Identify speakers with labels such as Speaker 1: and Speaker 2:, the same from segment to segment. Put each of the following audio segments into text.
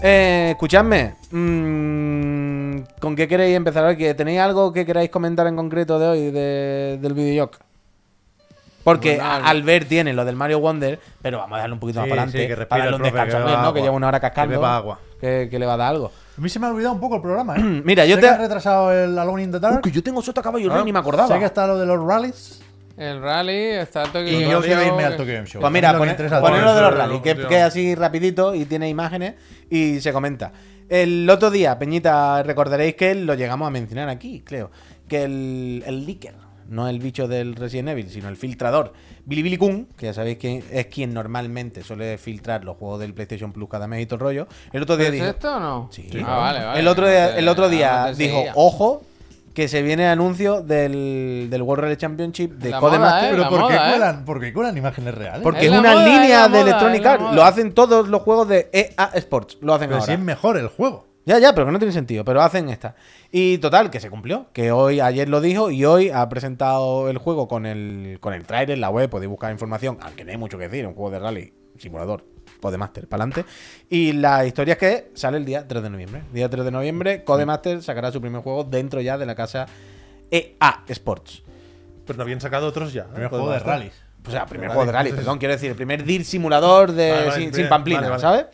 Speaker 1: Eh, escuchadme, mm, ¿con qué queréis empezar hoy? ¿Que ¿Tenéis algo que queráis comentar en concreto de hoy, de- del videojoc? Porque
Speaker 2: Bueno,
Speaker 1: a-
Speaker 2: algo.
Speaker 1: Albert tiene lo del Mario Wonder, pero vamos a darle un poquito más
Speaker 3: Sí,
Speaker 1: para
Speaker 3: sí,
Speaker 1: adelante.
Speaker 3: que respire
Speaker 1: para darle
Speaker 3: el
Speaker 1: un
Speaker 3: profe, que
Speaker 1: descanso,
Speaker 3: beba
Speaker 1: ¿no? que
Speaker 3: agua,
Speaker 1: lleva una hora
Speaker 3: que
Speaker 1: cascando.
Speaker 3: beba agua.
Speaker 1: Que, que le va a dar algo.
Speaker 4: A mí se me ha olvidado un poco el programa, ¿eh?
Speaker 1: Mira, yo
Speaker 4: Sé
Speaker 1: te-
Speaker 4: que han retrasado el Alone in the Dark.
Speaker 1: Uh, que yo tengo Sota Caballo Rey,
Speaker 3: Ah,
Speaker 1: ni me acordaba.
Speaker 4: Sé que está lo de los rallies.
Speaker 2: El rally, está el Tokyo
Speaker 3: Y yo
Speaker 2: Ghoul,
Speaker 3: quiero irme
Speaker 2: que-
Speaker 3: al Tokyo Game Show.
Speaker 1: Pues
Speaker 3: Es
Speaker 1: mira,
Speaker 3: lo que
Speaker 1: pone-
Speaker 3: interesa al
Speaker 1: poner
Speaker 3: Tokyo
Speaker 1: lo de los
Speaker 3: Game Show,
Speaker 1: rallies, que,
Speaker 3: tío.
Speaker 1: que así rapidito y tiene imágenes y se comenta. El otro día, Peñita, recordaréis que lo llegamos a mencionar aquí, creo, que el, el leaker, no el bicho del Resident Evil, sino el filtrador, Billy Billy Kun, que ya sabéis que es quien normalmente suele filtrar los juegos del PlayStation Plus cada mes y todo el rollo, el otro día
Speaker 2: ¿Es
Speaker 1: dijo...
Speaker 2: esto o no?
Speaker 1: Sí.
Speaker 2: Ah, vale, vale.
Speaker 1: El otro día, el otro
Speaker 2: Ah,
Speaker 1: día
Speaker 2: no te
Speaker 1: dijo, "Oh,
Speaker 2: seguía.
Speaker 1: ojo, que se viene el anuncio del, del World Rally Championship de
Speaker 2: La
Speaker 1: Codemaster.
Speaker 2: moda, ¿eh?
Speaker 3: Pero
Speaker 2: La
Speaker 3: ¿por qué,
Speaker 2: moda, ¿eh?
Speaker 3: cuelan, por qué cuelan imágenes reales?
Speaker 1: Porque
Speaker 2: Es
Speaker 1: es,
Speaker 2: la
Speaker 1: una
Speaker 2: moda, es
Speaker 1: línea
Speaker 2: la
Speaker 1: de
Speaker 2: moda, es
Speaker 1: Electronic
Speaker 2: la
Speaker 1: Arts.
Speaker 2: moda.
Speaker 1: Lo hacen todos los juegos de EA Sports. Lo hacen
Speaker 3: Pero si
Speaker 1: ahora.
Speaker 3: es mejor el juego.
Speaker 1: Ya, ya, pero que no tiene sentido. Pero hacen esta. Y total, que se cumplió. Que hoy, ayer lo dijo y hoy ha presentado el juego con el, con el trailer en la web. Podéis buscar información, aunque no hay mucho que decir. Un juego de rally, simulador, Codemaster, para adelante. Y la historia es que sale el día 3 de noviembre. Día 3 de noviembre, Codemaster sacará su primer juego dentro ya de la casa EA Sports.
Speaker 5: Pero no habían sacado otros ya. ¿eh?
Speaker 3: Primer juego de
Speaker 5: Podemos estar.
Speaker 3: rallies.
Speaker 1: O sea, primer
Speaker 3: Rally,
Speaker 1: juego de rally,
Speaker 3: entonces-
Speaker 1: perdón, quiero decir, el primer DIR simulador de,
Speaker 5: Vale, vale,
Speaker 1: sin,
Speaker 5: bien,
Speaker 1: sin pamplina,
Speaker 5: vale, vale.
Speaker 1: ¿sabes?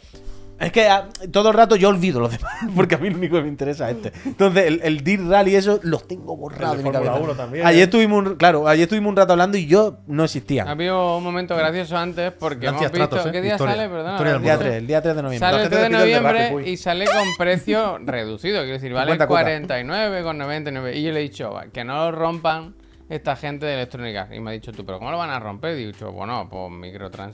Speaker 1: Es que ah, todo el rato yo olvido los demás, porque a mí lo único que me interesa es este. Entonces, el, el DIR Rally, eso, los tengo borrados
Speaker 5: El
Speaker 1: de
Speaker 5: de
Speaker 1: mi
Speaker 5: Fórmula
Speaker 1: cabeza.
Speaker 5: 1 también,
Speaker 1: ayer
Speaker 5: ¿eh?
Speaker 1: estuvimos un, claro, ayer estuvimos un rato hablando y yo no
Speaker 2: Ha
Speaker 1: existía.
Speaker 2: habido un momento gracioso antes porque
Speaker 3: Gracias,
Speaker 2: hemos visto.
Speaker 3: Tratos, ¿eh?
Speaker 2: ¿Qué día
Speaker 3: Historia.
Speaker 2: sale? Perdona.
Speaker 3: Historia del
Speaker 1: El
Speaker 2: ahora
Speaker 1: día
Speaker 2: mismo.
Speaker 1: 3, el día 3 de noviembre.
Speaker 2: Sale
Speaker 5: La
Speaker 2: el
Speaker 5: gente
Speaker 2: 3 de
Speaker 5: te pide el de
Speaker 2: noviembre
Speaker 5: Rappi, uy.
Speaker 2: y sale con precio reducido, quiero decir, vale
Speaker 1: cuenta, cuenta.
Speaker 2: 49,99. Y yo le he dicho, "Va, que no lo rompan esta gente de electrónica. Y me ha dicho tú, ¿pero cómo lo van a romper? Y he dicho, bueno, pues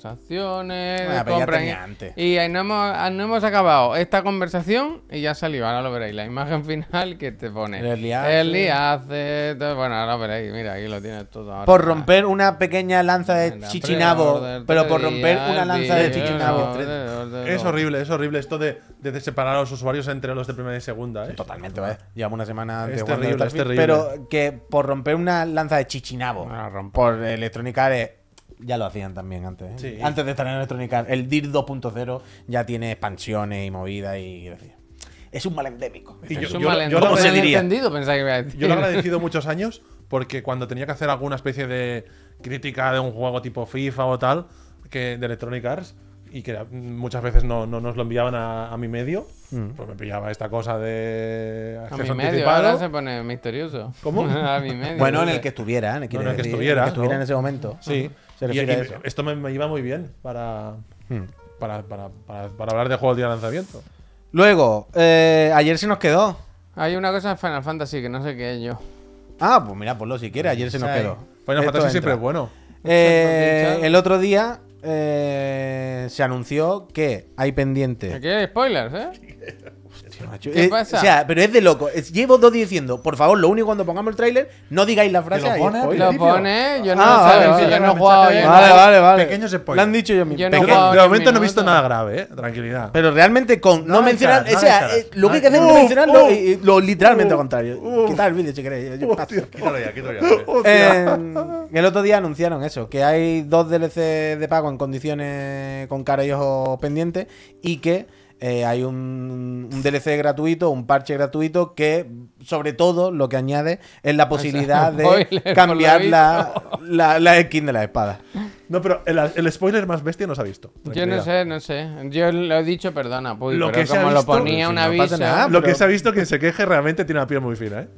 Speaker 2: microtransacciones,
Speaker 1: Bueno, Ah, pero ya
Speaker 2: compras.
Speaker 1: tenía antes.
Speaker 2: Y ahí no hemos, ah, no hemos acabado esta conversación y ya salió, ahora lo veréis. La imagen final que te pone.
Speaker 1: El early access.
Speaker 2: Early access, todo- bueno, ahora lo veréis, mira, aquí lo tienes todo ahora.
Speaker 1: Por romper una pequeña lanza de
Speaker 2: La
Speaker 1: chichinabo,
Speaker 2: pre-order,
Speaker 1: pero por
Speaker 2: todo el
Speaker 1: romper
Speaker 2: día,
Speaker 1: una
Speaker 2: el
Speaker 1: lanza de
Speaker 2: día,
Speaker 1: chichinabo.
Speaker 2: el order,
Speaker 5: Es
Speaker 2: order.
Speaker 5: horrible, es horrible esto de, de de separar a los usuarios entre los de primera y segunda. ¿eh?
Speaker 1: Totalmente, ¿vale? Llevamos una semana antes
Speaker 5: Es
Speaker 1: jugando
Speaker 5: terrible,
Speaker 1: al
Speaker 5: es
Speaker 1: Starfield,
Speaker 5: terrible.
Speaker 1: Pero que por romper una lanza de chichinabo
Speaker 2: Bueno, rompo.
Speaker 1: por Electronic Arts eh, ya lo hacían también antes. ¿eh?
Speaker 5: Sí.
Speaker 1: Antes de estar en Electronic Arts, el DIR 2.0 ya tiene expansiones y movidas y gracias. Es un mal endémico.
Speaker 5: Y yo-
Speaker 2: es un
Speaker 5: yo-
Speaker 2: mal
Speaker 5: yo lo
Speaker 2: entendido.
Speaker 1: se diría?
Speaker 2: entendido, pensaba que iba a decir.
Speaker 5: Yo lo he agradecido muchos años porque cuando tenía que hacer alguna especie de crítica de un juego tipo FIFA o tal, que de Electronic Arts, y que era- muchas veces no, no nos lo enviaban a, a mi medio,
Speaker 1: Mm.
Speaker 5: pues me pillaba esta cosa de
Speaker 2: A
Speaker 5: acceso
Speaker 2: mi medio,
Speaker 5: anticipado.
Speaker 2: ahora se pone misterioso.
Speaker 5: ¿Cómo?
Speaker 2: a mi medio.
Speaker 1: Bueno, en el que estuviera, ¿eh?
Speaker 5: No, en el que
Speaker 1: Quiere decir,
Speaker 5: estuviera, ¿no?
Speaker 1: en ese momento.
Speaker 5: Sí,
Speaker 1: Se
Speaker 5: y,
Speaker 1: refiere
Speaker 5: y
Speaker 1: a eso. Mm.
Speaker 5: esto me, me iba muy bien para, para, para, para, para hablar de juegos de lanzamiento.
Speaker 1: Luego, eh, ayer se nos quedó.
Speaker 2: Hay una cosa en Final Fantasy que no sé qué es yo.
Speaker 1: Ah, pues mira, ponlo si quiere, ayer se nos
Speaker 3: Sí.
Speaker 1: quedó.
Speaker 5: Final
Speaker 1: Esto
Speaker 5: Fantasy Pues siempre
Speaker 1: entra.
Speaker 5: es bueno.
Speaker 1: Eh,
Speaker 2: Pinchado.
Speaker 1: el otro día eh, se anunció que hay pendiente.
Speaker 2: Aquí hay spoilers, ¿eh?
Speaker 1: Macho,
Speaker 2: ¿Qué
Speaker 1: eh,
Speaker 2: pasa?
Speaker 1: O sea, pero es de loco. Es- llevo dos días diciendo, por favor, lo único cuando pongamos el tráiler, no digáis la frase.
Speaker 3: lo
Speaker 1: ahí,
Speaker 3: pone,
Speaker 1: spoiler.
Speaker 2: Lo
Speaker 3: principio.
Speaker 2: pone, yo no
Speaker 1: Ah,
Speaker 2: lo
Speaker 1: vale, vale,
Speaker 2: sabía, yo
Speaker 3: vale,
Speaker 2: no he
Speaker 3: mensaje
Speaker 2: jugado.
Speaker 3: de-
Speaker 2: yo no-
Speaker 1: Ah, Vale, vale, vale.
Speaker 3: Pequeños spoilers.
Speaker 1: Lo han dicho yo mismo.
Speaker 2: Yo no
Speaker 1: Peque-
Speaker 2: he jugado.
Speaker 5: de
Speaker 2: ni un
Speaker 5: momento no he visto
Speaker 2: minuto.
Speaker 5: nada grave, eh. Tranquilidad.
Speaker 1: Pero realmente con no,
Speaker 3: No hay
Speaker 1: mencionar,
Speaker 3: caras, no
Speaker 1: o sea,
Speaker 3: hay caras.
Speaker 1: eh, lo que hay que hacer
Speaker 3: No
Speaker 1: es
Speaker 3: hay-
Speaker 1: mencionar
Speaker 3: Uf,
Speaker 1: lo,
Speaker 3: uf,
Speaker 1: eh, lo literalmente
Speaker 3: uf,
Speaker 1: contrario.
Speaker 3: uf.
Speaker 1: Quitar el vídeo si queréis. yo- yo paso.
Speaker 3: Quítalo ya, quítalo ya.
Speaker 1: Eh, el otro día anunciaron eso, que hay dos DLC de pago en condiciones con cara y ojo pendientes y que eh, hay un, un DLC gratuito, un parche gratuito que sobre todo lo que añade es la posibilidad
Speaker 2: spoiler,
Speaker 1: de
Speaker 2: por
Speaker 1: cambiar
Speaker 2: lo
Speaker 1: la, la, la skin de la espada.
Speaker 5: No, pero el, el spoiler más bestia no se ha visto.
Speaker 2: Yo no
Speaker 5: Tranquilidad.
Speaker 2: sé, no sé. Yo lo he dicho, perdona, puy,
Speaker 5: Lo
Speaker 2: pero
Speaker 5: que se ha
Speaker 2: como lo
Speaker 5: visto-
Speaker 2: ponía
Speaker 5: Si
Speaker 2: una
Speaker 1: no pasa
Speaker 2: visa.
Speaker 1: nada,
Speaker 5: Lo
Speaker 1: pero-
Speaker 5: que se ha visto, quien se queje realmente tiene la piel muy fina, ¿eh?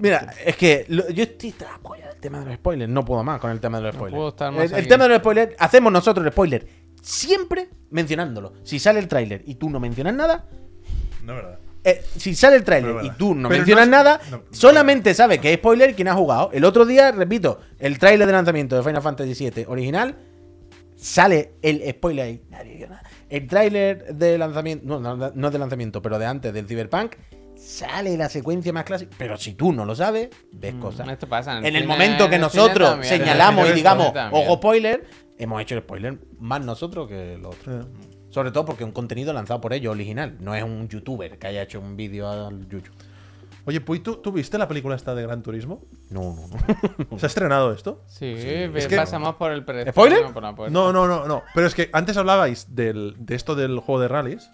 Speaker 1: Mira, es que lo- yo estoy tras la polla del tema de los spoilers. No puedo más con el tema de los spoilers.
Speaker 2: puedo estar más
Speaker 1: el, el
Speaker 2: aquí.
Speaker 1: tema de los spoilers, hacemos nosotros el spoiler. Siempre mencionándolo. Si sale el tráiler y tú no mencionas nada,
Speaker 3: No es verdad.
Speaker 1: eh, si sale el tráiler
Speaker 3: Pero es
Speaker 1: y
Speaker 3: verdad.
Speaker 1: tú no
Speaker 3: Pero
Speaker 1: mencionas
Speaker 3: no es-
Speaker 1: nada,
Speaker 3: no, no.
Speaker 1: solamente sabe que es spoiler quien ha jugado. El otro día, repito, el tráiler de lanzamiento de Final Fantasy VII original sale el spoiler ahí. Nadie vio nada. El tráiler de lanzamiento, no, no, no de lanzamiento, pero de antes del Cyberpunk, sale la secuencia más clásica. Pero si tú no lo sabes, ves
Speaker 2: Mm,
Speaker 1: cosas.
Speaker 2: Esto pasa en, el
Speaker 1: En el
Speaker 2: cine,
Speaker 1: momento
Speaker 2: en
Speaker 1: que
Speaker 2: el cine
Speaker 1: nosotros
Speaker 2: también, en el
Speaker 1: señalamos y
Speaker 2: cine
Speaker 1: digamos,
Speaker 2: también.
Speaker 1: ojo spoiler, hemos hecho el spoiler más nosotros que los
Speaker 5: Eh,
Speaker 1: otros. Sobre todo porque un contenido lanzado por ellos original, no es un youtuber que haya hecho un vídeo al yuyu.
Speaker 5: Oye, Puy, ¿tú, tú viste la película esta de Gran Turismo?
Speaker 1: No, no, no.
Speaker 5: ¿Se ha estrenado esto?
Speaker 2: Sí,
Speaker 5: Es que-
Speaker 2: pasamos por el pre.
Speaker 1: ¿Spoiler?
Speaker 2: Pues por la puerta.
Speaker 5: No, no, no, no. Pero es que antes hablabais del, de esto del juego de rallies.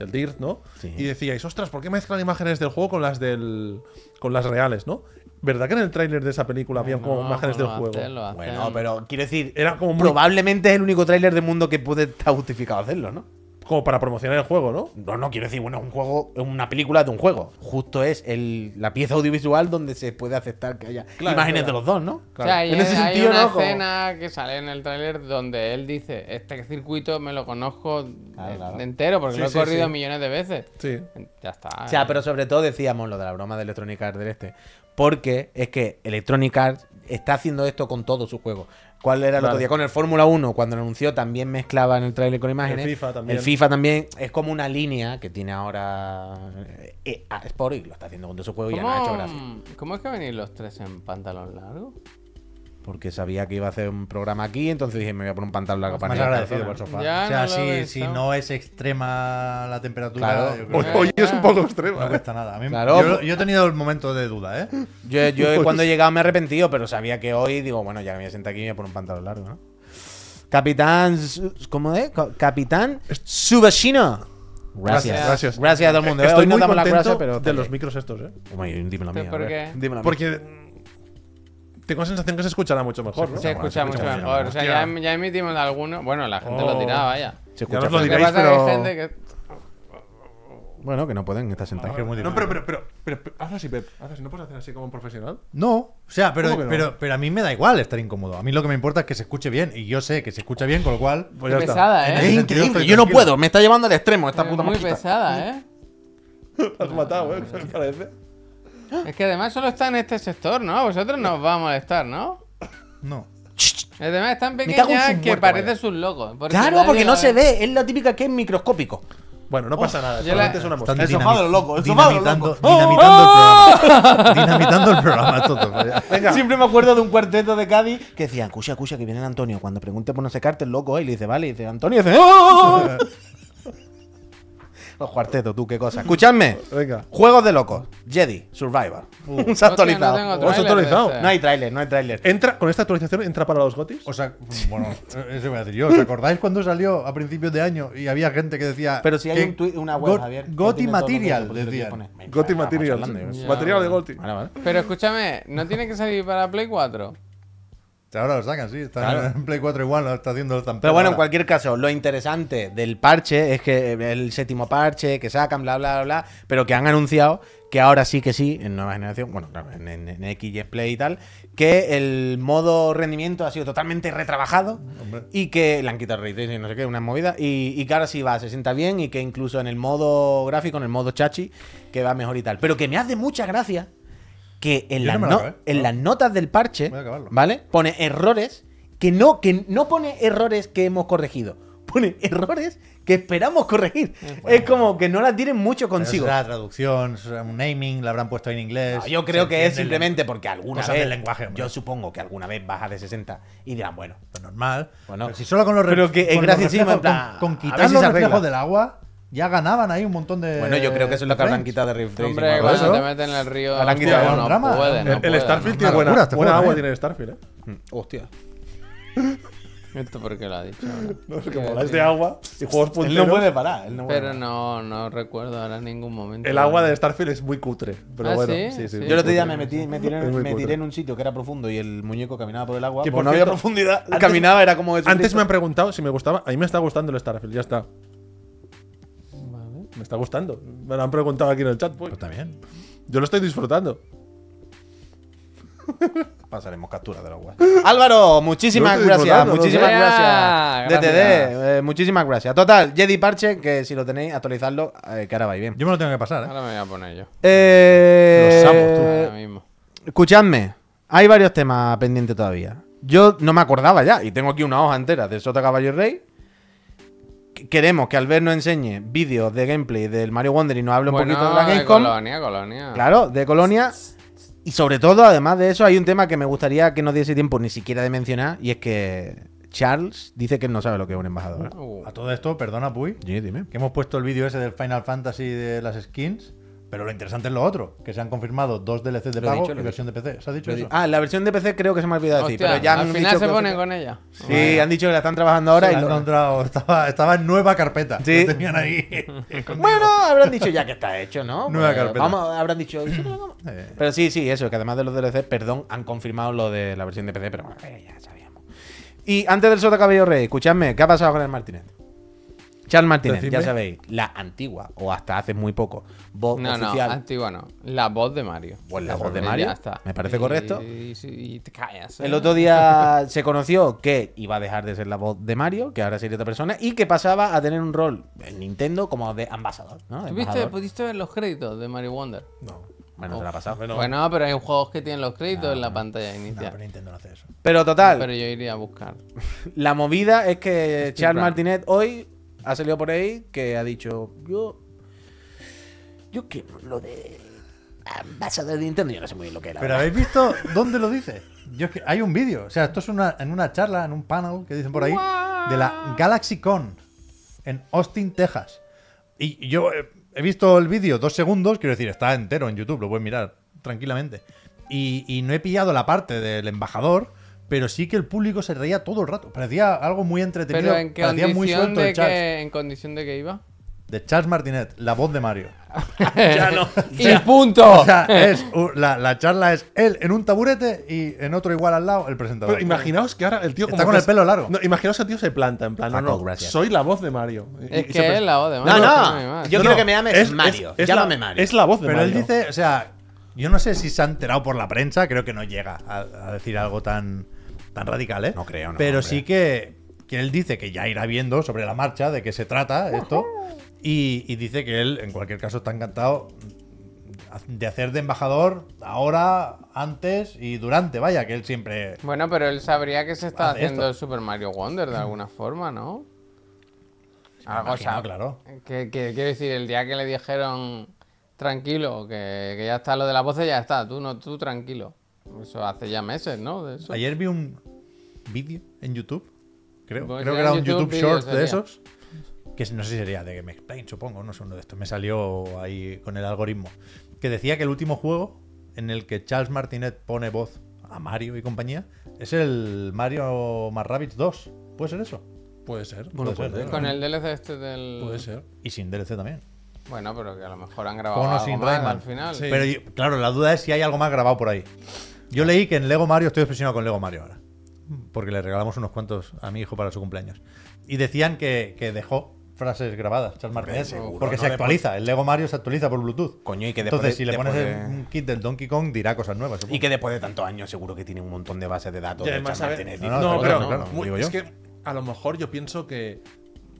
Speaker 5: del DIRT, ¿no?
Speaker 1: Sí.
Speaker 5: Y decíais, ostras, ¿por qué mezclan imágenes del juego con las del. con las reales, ¿no? ¿Verdad que en el tráiler de esa película había
Speaker 2: No,
Speaker 5: como
Speaker 2: pues
Speaker 5: imágenes del
Speaker 2: lo
Speaker 5: juego?
Speaker 2: hacen, lo
Speaker 1: Bueno,
Speaker 2: hacen.
Speaker 1: pero quiero decir,
Speaker 5: Era como muy-
Speaker 1: probablemente es el único tráiler del mundo que puede estar justificado hacerlo, ¿no?
Speaker 5: Como para promocionar el juego, ¿no?
Speaker 1: No, no, quiero decir, bueno, es un juego, es una película de un juego. Justo es el, la pieza audiovisual donde se puede aceptar que haya
Speaker 5: Claro,
Speaker 1: imágenes
Speaker 5: es verdad.
Speaker 1: de los dos, ¿no?
Speaker 2: O sea, hay,
Speaker 1: en ese
Speaker 2: hay
Speaker 1: sentido,
Speaker 2: una
Speaker 1: ¿no? Como-
Speaker 2: escena que sale en el tráiler donde él dice, este circuito me lo conozco
Speaker 1: Claro,
Speaker 2: eh,
Speaker 1: claro.
Speaker 2: entero porque
Speaker 5: Sí,
Speaker 2: lo he
Speaker 5: sí,
Speaker 2: corrido
Speaker 5: sí.
Speaker 2: millones de veces.
Speaker 5: Sí.
Speaker 2: Ya está.
Speaker 1: O sea, pero sobre todo decíamos lo de la broma de Electronic Arts del este. Porque es que Electronic Arts está haciendo esto con todos sus juegos. ¿Cuál era el otro
Speaker 5: Vale.
Speaker 1: día? Con el Fórmula 1, cuando lo anunció, también mezclaba en el tráiler con imágenes.
Speaker 5: El FIFA también.
Speaker 1: El FIFA también. Es como una línea que tiene ahora EA Sport y lo está haciendo con todos sus juegos y ya no ha hecho gracia.
Speaker 2: ¿Cómo, ¿Cómo es que venís los tres en pantalón largo?
Speaker 1: Porque sabía que iba a hacer un programa aquí, entonces dije, me voy a poner un pantalón largo para
Speaker 4: Más
Speaker 1: ir a la
Speaker 4: agradecido
Speaker 1: zona.
Speaker 4: por el sofá.
Speaker 2: Ya
Speaker 4: o sea,
Speaker 2: no lo he
Speaker 4: si, si
Speaker 2: pensado.
Speaker 4: no es extrema la temperatura,
Speaker 1: Claro.
Speaker 4: yo creo
Speaker 5: Hoy,
Speaker 4: que
Speaker 5: hoy es un poco extrema.
Speaker 4: no
Speaker 5: ¿eh?
Speaker 4: cuesta nada. A mí-
Speaker 1: Claro.
Speaker 4: yo, yo he tenido el momento de duda, ¿eh?
Speaker 1: Yo, yo cuando he llegado me he arrepentido, pero sabía que hoy digo, bueno, ya me voy a sentar aquí y me voy a poner un pantalón largo, ¿no? Capitán. Su- ¿Cómo es? Co- Capitán Subashino. Gracias.
Speaker 2: Gracias.
Speaker 5: Gracias.
Speaker 1: Gracias a todo el mundo. ¿eh?
Speaker 5: Estoy
Speaker 1: hoy no
Speaker 5: muy
Speaker 1: damos la
Speaker 5: contento
Speaker 1: gracia, pero.
Speaker 5: de los micros estos, ¿eh?
Speaker 1: Hombre, dímelo a mí, a
Speaker 2: ¿Por
Speaker 1: ver.
Speaker 2: qué?
Speaker 1: Dímelo a mí.
Speaker 5: Porque mm, tengo la sensación que se escuchará mucho mejor, ¿no?
Speaker 2: Se
Speaker 1: bueno,
Speaker 2: escucha
Speaker 1: se
Speaker 2: mucho
Speaker 1: escucha
Speaker 2: mejor. O sea, ya, em,
Speaker 5: Hostia.
Speaker 2: ya emitimos alguno. Bueno, la gente
Speaker 5: Oh.
Speaker 2: lo tiraba, vaya.
Speaker 1: Se
Speaker 5: Ya
Speaker 1: escucha
Speaker 5: nos lo
Speaker 1: feo.
Speaker 2: Lo que
Speaker 5: diréis,
Speaker 2: pasa es que
Speaker 5: pero...
Speaker 2: hay gente
Speaker 1: pues
Speaker 2: que.
Speaker 1: Bueno, que no pueden estar sentados.
Speaker 4: que es muy
Speaker 5: no,
Speaker 4: difícil.
Speaker 5: pero, pero, pero, pero, pero hazlo así, Pep. Hazlo así. ¿No puedes hacer así como un profesional?
Speaker 4: No, o sea, pero,
Speaker 5: ¿Cómo que no?
Speaker 4: pero, pero a mí me da igual estar incómodo. A mí lo que me importa es que se escuche bien. Y yo sé que se escucha bien, con lo cual.
Speaker 5: Pues
Speaker 2: Qué
Speaker 5: ya está.
Speaker 2: pesada, ¿eh?
Speaker 4: En ese
Speaker 1: Es
Speaker 4: sentido
Speaker 1: increíble.
Speaker 4: estoy
Speaker 1: Yo no
Speaker 4: tranquilo.
Speaker 1: puedo. Me está llevando al extremo esta
Speaker 2: Es
Speaker 1: puta
Speaker 2: muy
Speaker 1: mosquita.
Speaker 2: pesada, ¿eh?
Speaker 5: Lo has matado, ¿eh? Me parece.
Speaker 2: Es que además solo está en este sector, ¿no? Vosotros nos va a molestar, ¿no?
Speaker 4: No.
Speaker 2: Además es tan
Speaker 1: Me cago en
Speaker 2: pequeña
Speaker 1: sus
Speaker 2: que
Speaker 1: muertos,
Speaker 2: parece
Speaker 1: vaya.
Speaker 2: sus locos.
Speaker 1: Claro,
Speaker 2: nadie
Speaker 1: porque
Speaker 2: la
Speaker 1: no se
Speaker 2: ve.
Speaker 1: ve. Es la típica que es microscópico.
Speaker 5: Bueno, no pasa nada.
Speaker 2: yo
Speaker 5: Solamente
Speaker 2: la-
Speaker 5: es una mosca.
Speaker 4: Están
Speaker 1: El sofá
Speaker 4: dinami-
Speaker 1: de los locos, el sofá de los
Speaker 4: Dinamitando,
Speaker 1: locos. ¡Oh!
Speaker 4: dinamitando el programa. Dinamitando el programa todo. vaya.
Speaker 5: Venga.
Speaker 1: Siempre me acuerdo de un cuarteto de Cádiz que decían, cucha, cucha, que viene el Antonio. Cuando pregunte por no sé cartel, loco, ¿eh? y le dice, vale, y dice, Antonio, y dice, ¡Oh! Los cuartetos, tú, qué cosa. Escuchadme.
Speaker 5: Venga.
Speaker 1: Juegos de locos. Jedi, Survivor. Un se ha actualizado.
Speaker 2: Hostia, no tengo
Speaker 5: ¿Os
Speaker 2: tráiler
Speaker 5: autorizado?
Speaker 2: de este.
Speaker 1: No hay tráiler, no hay tráiler.
Speaker 5: Entra, con esta actualización entra para los gotis.
Speaker 4: O sea, bueno, eso voy a decir yo. ¿Os acordáis cuando salió a principios de año y había gente que decía.
Speaker 1: Pero si hay
Speaker 4: que
Speaker 1: un tuit- una web,
Speaker 4: Got-
Speaker 1: Javier. que
Speaker 4: Goti
Speaker 1: tiene todo lo que
Speaker 4: Material,
Speaker 1: se puede
Speaker 4: decían.
Speaker 1: poner. Venga,
Speaker 5: Goti
Speaker 1: estamos
Speaker 5: Material.
Speaker 1: hablando, yo qué sé.
Speaker 5: Material de Goti.
Speaker 1: Vale, vale.
Speaker 2: Pero escúchame, ¿no tiene que salir para Play 4?
Speaker 4: Ahora lo sacan, sí. Está
Speaker 1: Claro.
Speaker 4: en Play 4 igual, lo está haciendo el tampón.
Speaker 1: Pero bueno, en
Speaker 4: ahora.
Speaker 1: cualquier caso, lo interesante del parche es que el séptimo parche que sacan, bla, bla, bla, bla, pero que han anunciado que ahora sí que sí, en nueva generación, bueno, claro, en, en- en X, Y, Play y tal, que el modo rendimiento ha sido totalmente retrabajado y que le han quitado el ray tracing, no sé qué, una movida, y, y que ahora sí va, se sienta bien y que incluso en el modo gráfico, en el modo chachi, que va mejor y tal. Pero que me hace mucha gracia que en,
Speaker 4: Yo
Speaker 1: las
Speaker 4: no me lo
Speaker 1: no-
Speaker 4: acabé,
Speaker 1: en
Speaker 4: ¿no?
Speaker 1: las notas del parche,
Speaker 4: Voy a acabarlo.
Speaker 1: ¿vale? Pone errores que no, que no pone errores que hemos corregido. Pone errores que esperamos corregir. es como que no la tienen mucho
Speaker 4: Pero
Speaker 1: consigo.
Speaker 4: será traducción, será un naming, la habrán puesto en inglés.
Speaker 1: No, yo creo
Speaker 4: Se
Speaker 1: que es
Speaker 4: entiende el-
Speaker 1: simplemente porque alguna
Speaker 4: cosas
Speaker 1: vez.
Speaker 4: del lenguaje, hombre.
Speaker 1: yo supongo que alguna vez baja de 60 y dirán, bueno.
Speaker 4: Pues normal.
Speaker 1: Bueno.
Speaker 4: pero si solo con los re-
Speaker 1: Pero que es
Speaker 4: con los
Speaker 1: graciosísimo,
Speaker 4: reflejos-
Speaker 1: en plan,
Speaker 4: con,
Speaker 1: a
Speaker 4: con
Speaker 1: ver
Speaker 4: quitar
Speaker 1: si
Speaker 4: los
Speaker 1: se arregla.
Speaker 4: reflejos del agua, ya ganaban ahí un montón de.
Speaker 1: Bueno, yo creo que eso es lo que habrán
Speaker 4: frames.
Speaker 1: quitado de Rift Tracing.
Speaker 2: Hombre,
Speaker 1: ¿no?
Speaker 2: cuando
Speaker 1: Eso.
Speaker 2: te meten en el río.
Speaker 1: Ahora han
Speaker 2: hostia,
Speaker 1: quitado
Speaker 2: no
Speaker 4: un drama.
Speaker 2: pueden, no
Speaker 5: el, el
Speaker 2: pueden.
Speaker 5: Starfield
Speaker 4: Una
Speaker 5: tiene buena,
Speaker 4: locura este
Speaker 5: buena
Speaker 4: juego,
Speaker 5: agua,
Speaker 4: ¿eh?
Speaker 5: tiene el Starfield, ¿eh?
Speaker 1: Hostia.
Speaker 2: ¿Esto por qué lo ha dicho? ahora?
Speaker 5: No, es que moláis
Speaker 1: este
Speaker 5: de agua y juegos
Speaker 1: Él no
Speaker 5: punteros.
Speaker 1: puede parar. él no puede
Speaker 2: Pero
Speaker 1: parar.
Speaker 2: no, no recuerdo ahora en ningún momento.
Speaker 5: El agua de Starfield es muy cutre. Pero
Speaker 2: Ah,
Speaker 5: bueno,
Speaker 2: ¿sí?
Speaker 5: sí, sí.
Speaker 2: Sí.
Speaker 5: muy
Speaker 1: Yo el otro día
Speaker 5: cutre.
Speaker 1: me metí, me tiré,
Speaker 5: Es muy
Speaker 1: me
Speaker 5: cutre.
Speaker 1: tiré en un sitio que era profundo y el muñeco caminaba por el agua.
Speaker 5: Que
Speaker 1: Como
Speaker 5: por
Speaker 1: no había
Speaker 5: cierto,
Speaker 1: profundidad, caminaba, era
Speaker 4: Pues
Speaker 1: como
Speaker 5: Antes
Speaker 1: Jesucristo.
Speaker 5: me han preguntado si me gustaba. A mí me está gustando el Starfield, ya está. Me está gustando. Me lo han preguntado aquí en el chat. Pues.
Speaker 4: Pues también.
Speaker 5: Yo lo estoy disfrutando.
Speaker 1: Pasaremos captura de la web. Álvaro, muchísimas
Speaker 5: Yo estoy
Speaker 1: gracias.
Speaker 5: disfrutando, ¿no?
Speaker 1: Muchísimas
Speaker 2: Ya,
Speaker 1: gracias.
Speaker 2: gracias.
Speaker 1: DTD, eh, muchísimas gracias. Total, Jedi Parche, que si lo tenéis, actualizadlo, eh, que ahora vais bien.
Speaker 4: Yo me lo tengo que pasar, ¿eh?
Speaker 2: Ahora me voy a poner yo.
Speaker 1: Eh,
Speaker 4: Los amos, tú.
Speaker 2: Ahora mismo.
Speaker 1: Escuchadme, hay varios temas pendientes todavía. Yo no me acordaba ya, y tengo aquí una hoja entera de Sota Caballo y Rey. Qu- Queremos que Albert nos enseñe vídeos de gameplay del Mario Wonder y nos hable un
Speaker 2: Bueno,
Speaker 1: poquito de la
Speaker 2: de
Speaker 1: Gamescom.
Speaker 2: Colonia, Colonia.
Speaker 1: Claro, de Colonia. Y sobre todo, además de eso, hay un tema que me gustaría que no diese tiempo ni siquiera de mencionar, y es que Charles dice que él no sabe lo que es un embajador.
Speaker 2: Uh,
Speaker 4: A ¿eh? todo esto, perdona, Puy,
Speaker 1: Sí, dime.
Speaker 4: que hemos puesto el vídeo ese del Final Fantasy de las skins. Pero lo interesante es lo otro, que se han confirmado dos DLCs de
Speaker 6: Lo he
Speaker 4: pago
Speaker 6: dicho, lo
Speaker 4: y
Speaker 6: he
Speaker 4: versión de PC. ¿Se ha dicho
Speaker 6: Lo he
Speaker 4: eso?
Speaker 1: Ah, la versión de PC creo que se me ha olvidado decir,
Speaker 2: Hostia,
Speaker 1: pero ya
Speaker 2: al
Speaker 1: han
Speaker 2: final
Speaker 1: dicho
Speaker 2: se
Speaker 1: que-
Speaker 2: ponen con ella.
Speaker 1: Sí, han dicho que la están trabajando ahora
Speaker 4: Se
Speaker 1: y
Speaker 4: la han
Speaker 1: lo-
Speaker 4: encontrado, estaba, estaba en nueva carpeta.
Speaker 1: Sí.
Speaker 4: Lo tenían ahí.
Speaker 1: Bueno, habrán dicho ya que está hecho, ¿no?
Speaker 4: Nueva
Speaker 1: Pues,
Speaker 4: carpeta. Eh.
Speaker 1: vamos, habrán dicho. "Sí, no, no". Pero sí, sí, eso, que además de los DLC, perdón, han confirmado lo de la versión de PC, pero bueno, eh, ya sabíamos. Y antes del Sota Cabello Rey, escuchadme, ¿qué ha pasado con el Martínez? Charles Martínez, ya
Speaker 5: Decidme.
Speaker 1: sabéis, la antigua, o hasta hace muy poco, voz
Speaker 2: No, no,
Speaker 1: oficial.
Speaker 2: antigua no. La voz de Mario.
Speaker 1: Pues la
Speaker 2: Ya
Speaker 1: voz de
Speaker 2: está,
Speaker 1: Mario,
Speaker 2: ya está.
Speaker 1: me parece
Speaker 2: Y-
Speaker 1: correcto.
Speaker 2: Y, y- y te callas.
Speaker 1: El
Speaker 2: ¿eh?
Speaker 1: otro día se conoció que iba a dejar de ser la voz de Mario, que ahora sería otra persona, y que pasaba a tener un rol en Nintendo como de ambasador, ¿no? De
Speaker 2: ¿Tuviste,
Speaker 1: embajador.
Speaker 2: ¿Pudiste ver los créditos de Mario Wonder?
Speaker 5: No.
Speaker 1: Bueno, se la ha pasado.
Speaker 5: Bueno,
Speaker 2: Bueno, Pues pero hay juegos que tienen los créditos en la pantalla
Speaker 4: Ah. No,
Speaker 2: inicial.
Speaker 4: pero Nintendo no hace eso.
Speaker 1: Pero total,
Speaker 2: Pero yo iría a buscar.
Speaker 1: La movida es que
Speaker 2: Steve
Speaker 1: Charles
Speaker 2: Brown.
Speaker 1: Martinet hoy ha salido por ahí que ha dicho yo yo quiero lo de ambasador de Nintendo yo no sé muy bien lo que era
Speaker 4: Pero habéis visto dónde lo dice. Yo es que hay un vídeo. O sea, esto es una, en una charla, en un panel que dicen por ahí, de la GalaxyCon en Austin, Texas. Y yo eh, he visto el vídeo dos segundos, quiero decir, está entero en YouTube, lo puedes mirar tranquilamente. Y, y no he pillado la parte del embajador, pero sí que el público se reía todo el rato. Parecía algo muy entretenido.
Speaker 2: Pero en qué
Speaker 4: parecía muy
Speaker 2: condición
Speaker 4: suelto
Speaker 2: de
Speaker 4: de Charles.
Speaker 2: que, en condición de que iba.
Speaker 4: De Charles Martinet, la voz de Mario.
Speaker 2: ya no. y punto.
Speaker 4: O sea,
Speaker 5: Eh.
Speaker 4: es, u- la, la charla es él en un taburete y en otro igual al lado el presentador.
Speaker 5: Pero imaginaos que ahora el tío.
Speaker 4: Está
Speaker 5: como
Speaker 4: con
Speaker 5: que
Speaker 4: el
Speaker 5: se-
Speaker 4: pelo largo.
Speaker 5: No, imaginaos que el tío se planta en plan. no,
Speaker 1: Paco,
Speaker 5: no,
Speaker 1: gracias.
Speaker 5: soy la voz de Mario. Y- y
Speaker 2: es
Speaker 5: se pre-
Speaker 2: que es la voz de
Speaker 1: no,
Speaker 2: Mario.
Speaker 1: no, yo
Speaker 5: No,
Speaker 1: quiero
Speaker 5: no,
Speaker 1: que me llames
Speaker 5: es-
Speaker 1: Mario
Speaker 5: es- es
Speaker 1: llámame
Speaker 5: la-
Speaker 1: Mario
Speaker 5: Es la voz de
Speaker 4: Pero
Speaker 5: Mario.
Speaker 4: él dice, o sea, yo no sé si se ha enterado por la prensa, creo que no llega a, a decir algo tan, tan radical, ¿eh?
Speaker 1: No creo, no,
Speaker 4: Pero
Speaker 1: hombre.
Speaker 4: sí que, que él dice que ya irá viendo sobre la marcha de qué se trata esto. Y, y dice que él, en cualquier caso, está encantado de hacer de embajador ahora, antes y durante. Vaya, que él siempre.
Speaker 2: Bueno, pero él sabría que se está
Speaker 4: Hace
Speaker 2: haciendo
Speaker 4: esto.
Speaker 2: el Super Mario Wonder de alguna forma, ¿no? Algo
Speaker 4: imagino,
Speaker 2: sab-
Speaker 4: claro.
Speaker 2: Que, que- quiero decir, el día que le dijeron tranquilo, que, que ya está lo de la voz, ya está, tú no, tú tranquilo. Eso hace ya meses, ¿no? De eso.
Speaker 4: Ayer vi un vídeo en YouTube, creo.
Speaker 2: Pues
Speaker 4: creo
Speaker 2: en
Speaker 4: que era un
Speaker 2: YouTube
Speaker 4: YouTube
Speaker 2: vídeo
Speaker 4: Short de
Speaker 2: sería.
Speaker 4: esos. Que no sé si sería de Game Explain, supongo, no sé, uno de estos. Me salió ahí con el algoritmo. Que decía que el último juego en el que Charles Martinet pone voz a Mario y compañía es el Mario más Rabbids 2. ¿Puede ser eso?
Speaker 5: Puede ser.
Speaker 4: Puede ser, ¿eh?
Speaker 2: Con el DLC este del.
Speaker 5: Puede ser.
Speaker 4: Y sin DLC también.
Speaker 2: Bueno, pero que a lo mejor han
Speaker 4: Con o
Speaker 2: grabado algo
Speaker 4: sin
Speaker 2: más
Speaker 4: Rayman.
Speaker 2: al final.
Speaker 5: Sí.
Speaker 4: Pero yo- claro, la duda es si hay algo más grabado por ahí. Yo leí que en Lego Mario, estoy obsesionado con Lego Mario ahora, porque le regalamos unos cuantos a mi hijo para su cumpleaños. Y decían que, que dejó frases grabadas, Charles Martínez,
Speaker 1: seguro,
Speaker 4: porque
Speaker 1: no
Speaker 4: se
Speaker 1: le
Speaker 4: actualiza, el Lego Mario se actualiza por Bluetooth.
Speaker 1: Coño, y que después
Speaker 4: Entonces,
Speaker 1: de-
Speaker 4: si le
Speaker 1: después
Speaker 4: pones
Speaker 1: de-
Speaker 4: un kit del Donkey Kong, dirá cosas
Speaker 1: y
Speaker 4: nuevas. supongo.
Speaker 1: que después de tantos años seguro que tiene un montón de bases de datos
Speaker 5: Y
Speaker 1: de
Speaker 5: además,
Speaker 1: Charles
Speaker 5: ¿sabes?
Speaker 1: Martínez.
Speaker 4: No,
Speaker 5: No,
Speaker 4: no,
Speaker 5: no,
Speaker 4: claro,
Speaker 5: pero
Speaker 4: claro,
Speaker 5: mu-
Speaker 4: digo
Speaker 5: es
Speaker 4: yo.
Speaker 5: que a lo mejor yo pienso que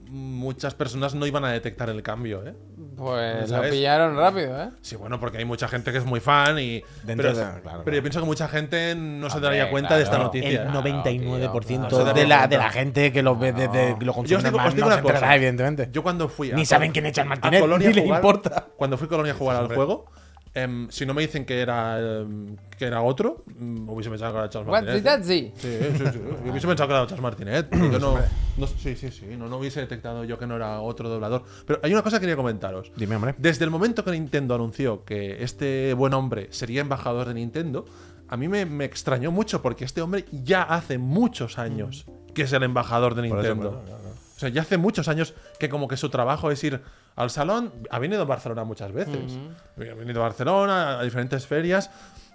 Speaker 5: muchas personas no iban a detectar el cambio, ¿eh?
Speaker 2: Pues lo
Speaker 5: ¿Sabes?
Speaker 2: pillaron rápido, ¿eh?
Speaker 5: Sí, bueno, porque hay mucha gente que es muy fan y.
Speaker 1: Dentro
Speaker 5: Pero,
Speaker 1: de- claro, claro.
Speaker 5: pero yo pienso que mucha gente no se
Speaker 2: Hombre,
Speaker 5: daría cuenta de esta
Speaker 2: claro.
Speaker 5: noticia.
Speaker 1: el 99%
Speaker 2: Claro, tío,
Speaker 1: de,
Speaker 5: claro.
Speaker 1: la, de la gente que los ve desde que lo
Speaker 5: Yo
Speaker 1: consume
Speaker 5: os digo,
Speaker 1: más
Speaker 5: os digo
Speaker 1: no se
Speaker 5: una cosa.
Speaker 1: enterará, evidentemente.
Speaker 5: Yo cuando fui a.
Speaker 1: Ni
Speaker 5: Col-
Speaker 1: saben quién es Charles Martínez,
Speaker 5: a Colonia
Speaker 1: ni le
Speaker 5: jugar-
Speaker 1: importa.
Speaker 5: Cuando fui a Colonia a jugar al juego, em, si no me dicen que era, em, que era otro, em, hubiese pensado que era Charles ¿eh?
Speaker 2: What
Speaker 5: Martínez.
Speaker 2: is that, Z?
Speaker 5: Sí, sí, sí. Yo hubiese pensado que era Charles Martinet. porque Yo no, no- sí, sí, sí. No, no hubiese detectado yo que no era otro doblador. Pero hay una cosa que quería comentaros.
Speaker 1: Dime, hombre.
Speaker 5: Desde el momento que Nintendo anunció que este buen hombre sería embajador de Nintendo, a mí me, me extrañó mucho porque este hombre ya hace muchos años
Speaker 1: Mm.
Speaker 5: que es el embajador de
Speaker 4: Por eso,
Speaker 5: Nintendo.
Speaker 4: por
Speaker 5: O sea, ya hace muchos años que como que su trabajo es ir al salón. Ha venido a Barcelona muchas veces. Ha venido a Barcelona, a diferentes ferias,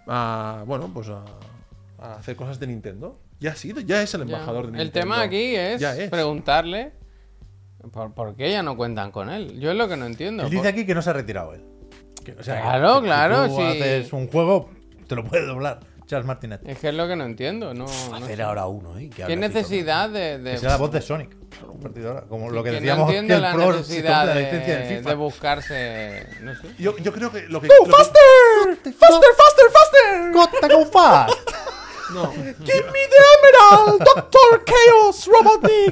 Speaker 5: a, bueno, pues a, a hacer cosas de Nintendo. Ya ha sido, ya es el
Speaker 2: Ya.
Speaker 5: embajador de
Speaker 2: El
Speaker 5: Nintendo.
Speaker 2: tema aquí es,
Speaker 5: Ya es.
Speaker 2: preguntarle por, por qué ya no cuentan con él. Yo es lo que no entiendo.
Speaker 4: Él dice aquí que no se ha retirado él. Que, o sea,
Speaker 2: Claro,
Speaker 4: que
Speaker 2: claro,
Speaker 4: Si tú
Speaker 2: sí.
Speaker 4: haces un juego, te lo puede doblar Charles Martinet.
Speaker 2: Por- Es que es lo que no entiendo. No, no
Speaker 1: Hacer
Speaker 2: sé.
Speaker 1: ahora uno, ¿eh? Que
Speaker 2: ¿Qué
Speaker 1: ahora sí toca.
Speaker 2: necesidad de, de-
Speaker 4: Que sea la voz de Sonic. A partir de ahora, Como lo que,
Speaker 2: Em, que
Speaker 4: decíamos
Speaker 2: no
Speaker 4: que
Speaker 2: entiendo
Speaker 4: el
Speaker 2: la
Speaker 4: Pro se
Speaker 2: necesidad
Speaker 4: compra la
Speaker 2: de,
Speaker 4: licencia en FIFA.
Speaker 2: de buscarse. No sé.
Speaker 5: Yo, yo creo que lo que. lo que-
Speaker 4: ¡Faster! ¡Faster, faster, faster! ¡Gotta go fast!
Speaker 5: no.
Speaker 1: Give me the Emerald, Doctor Chaos,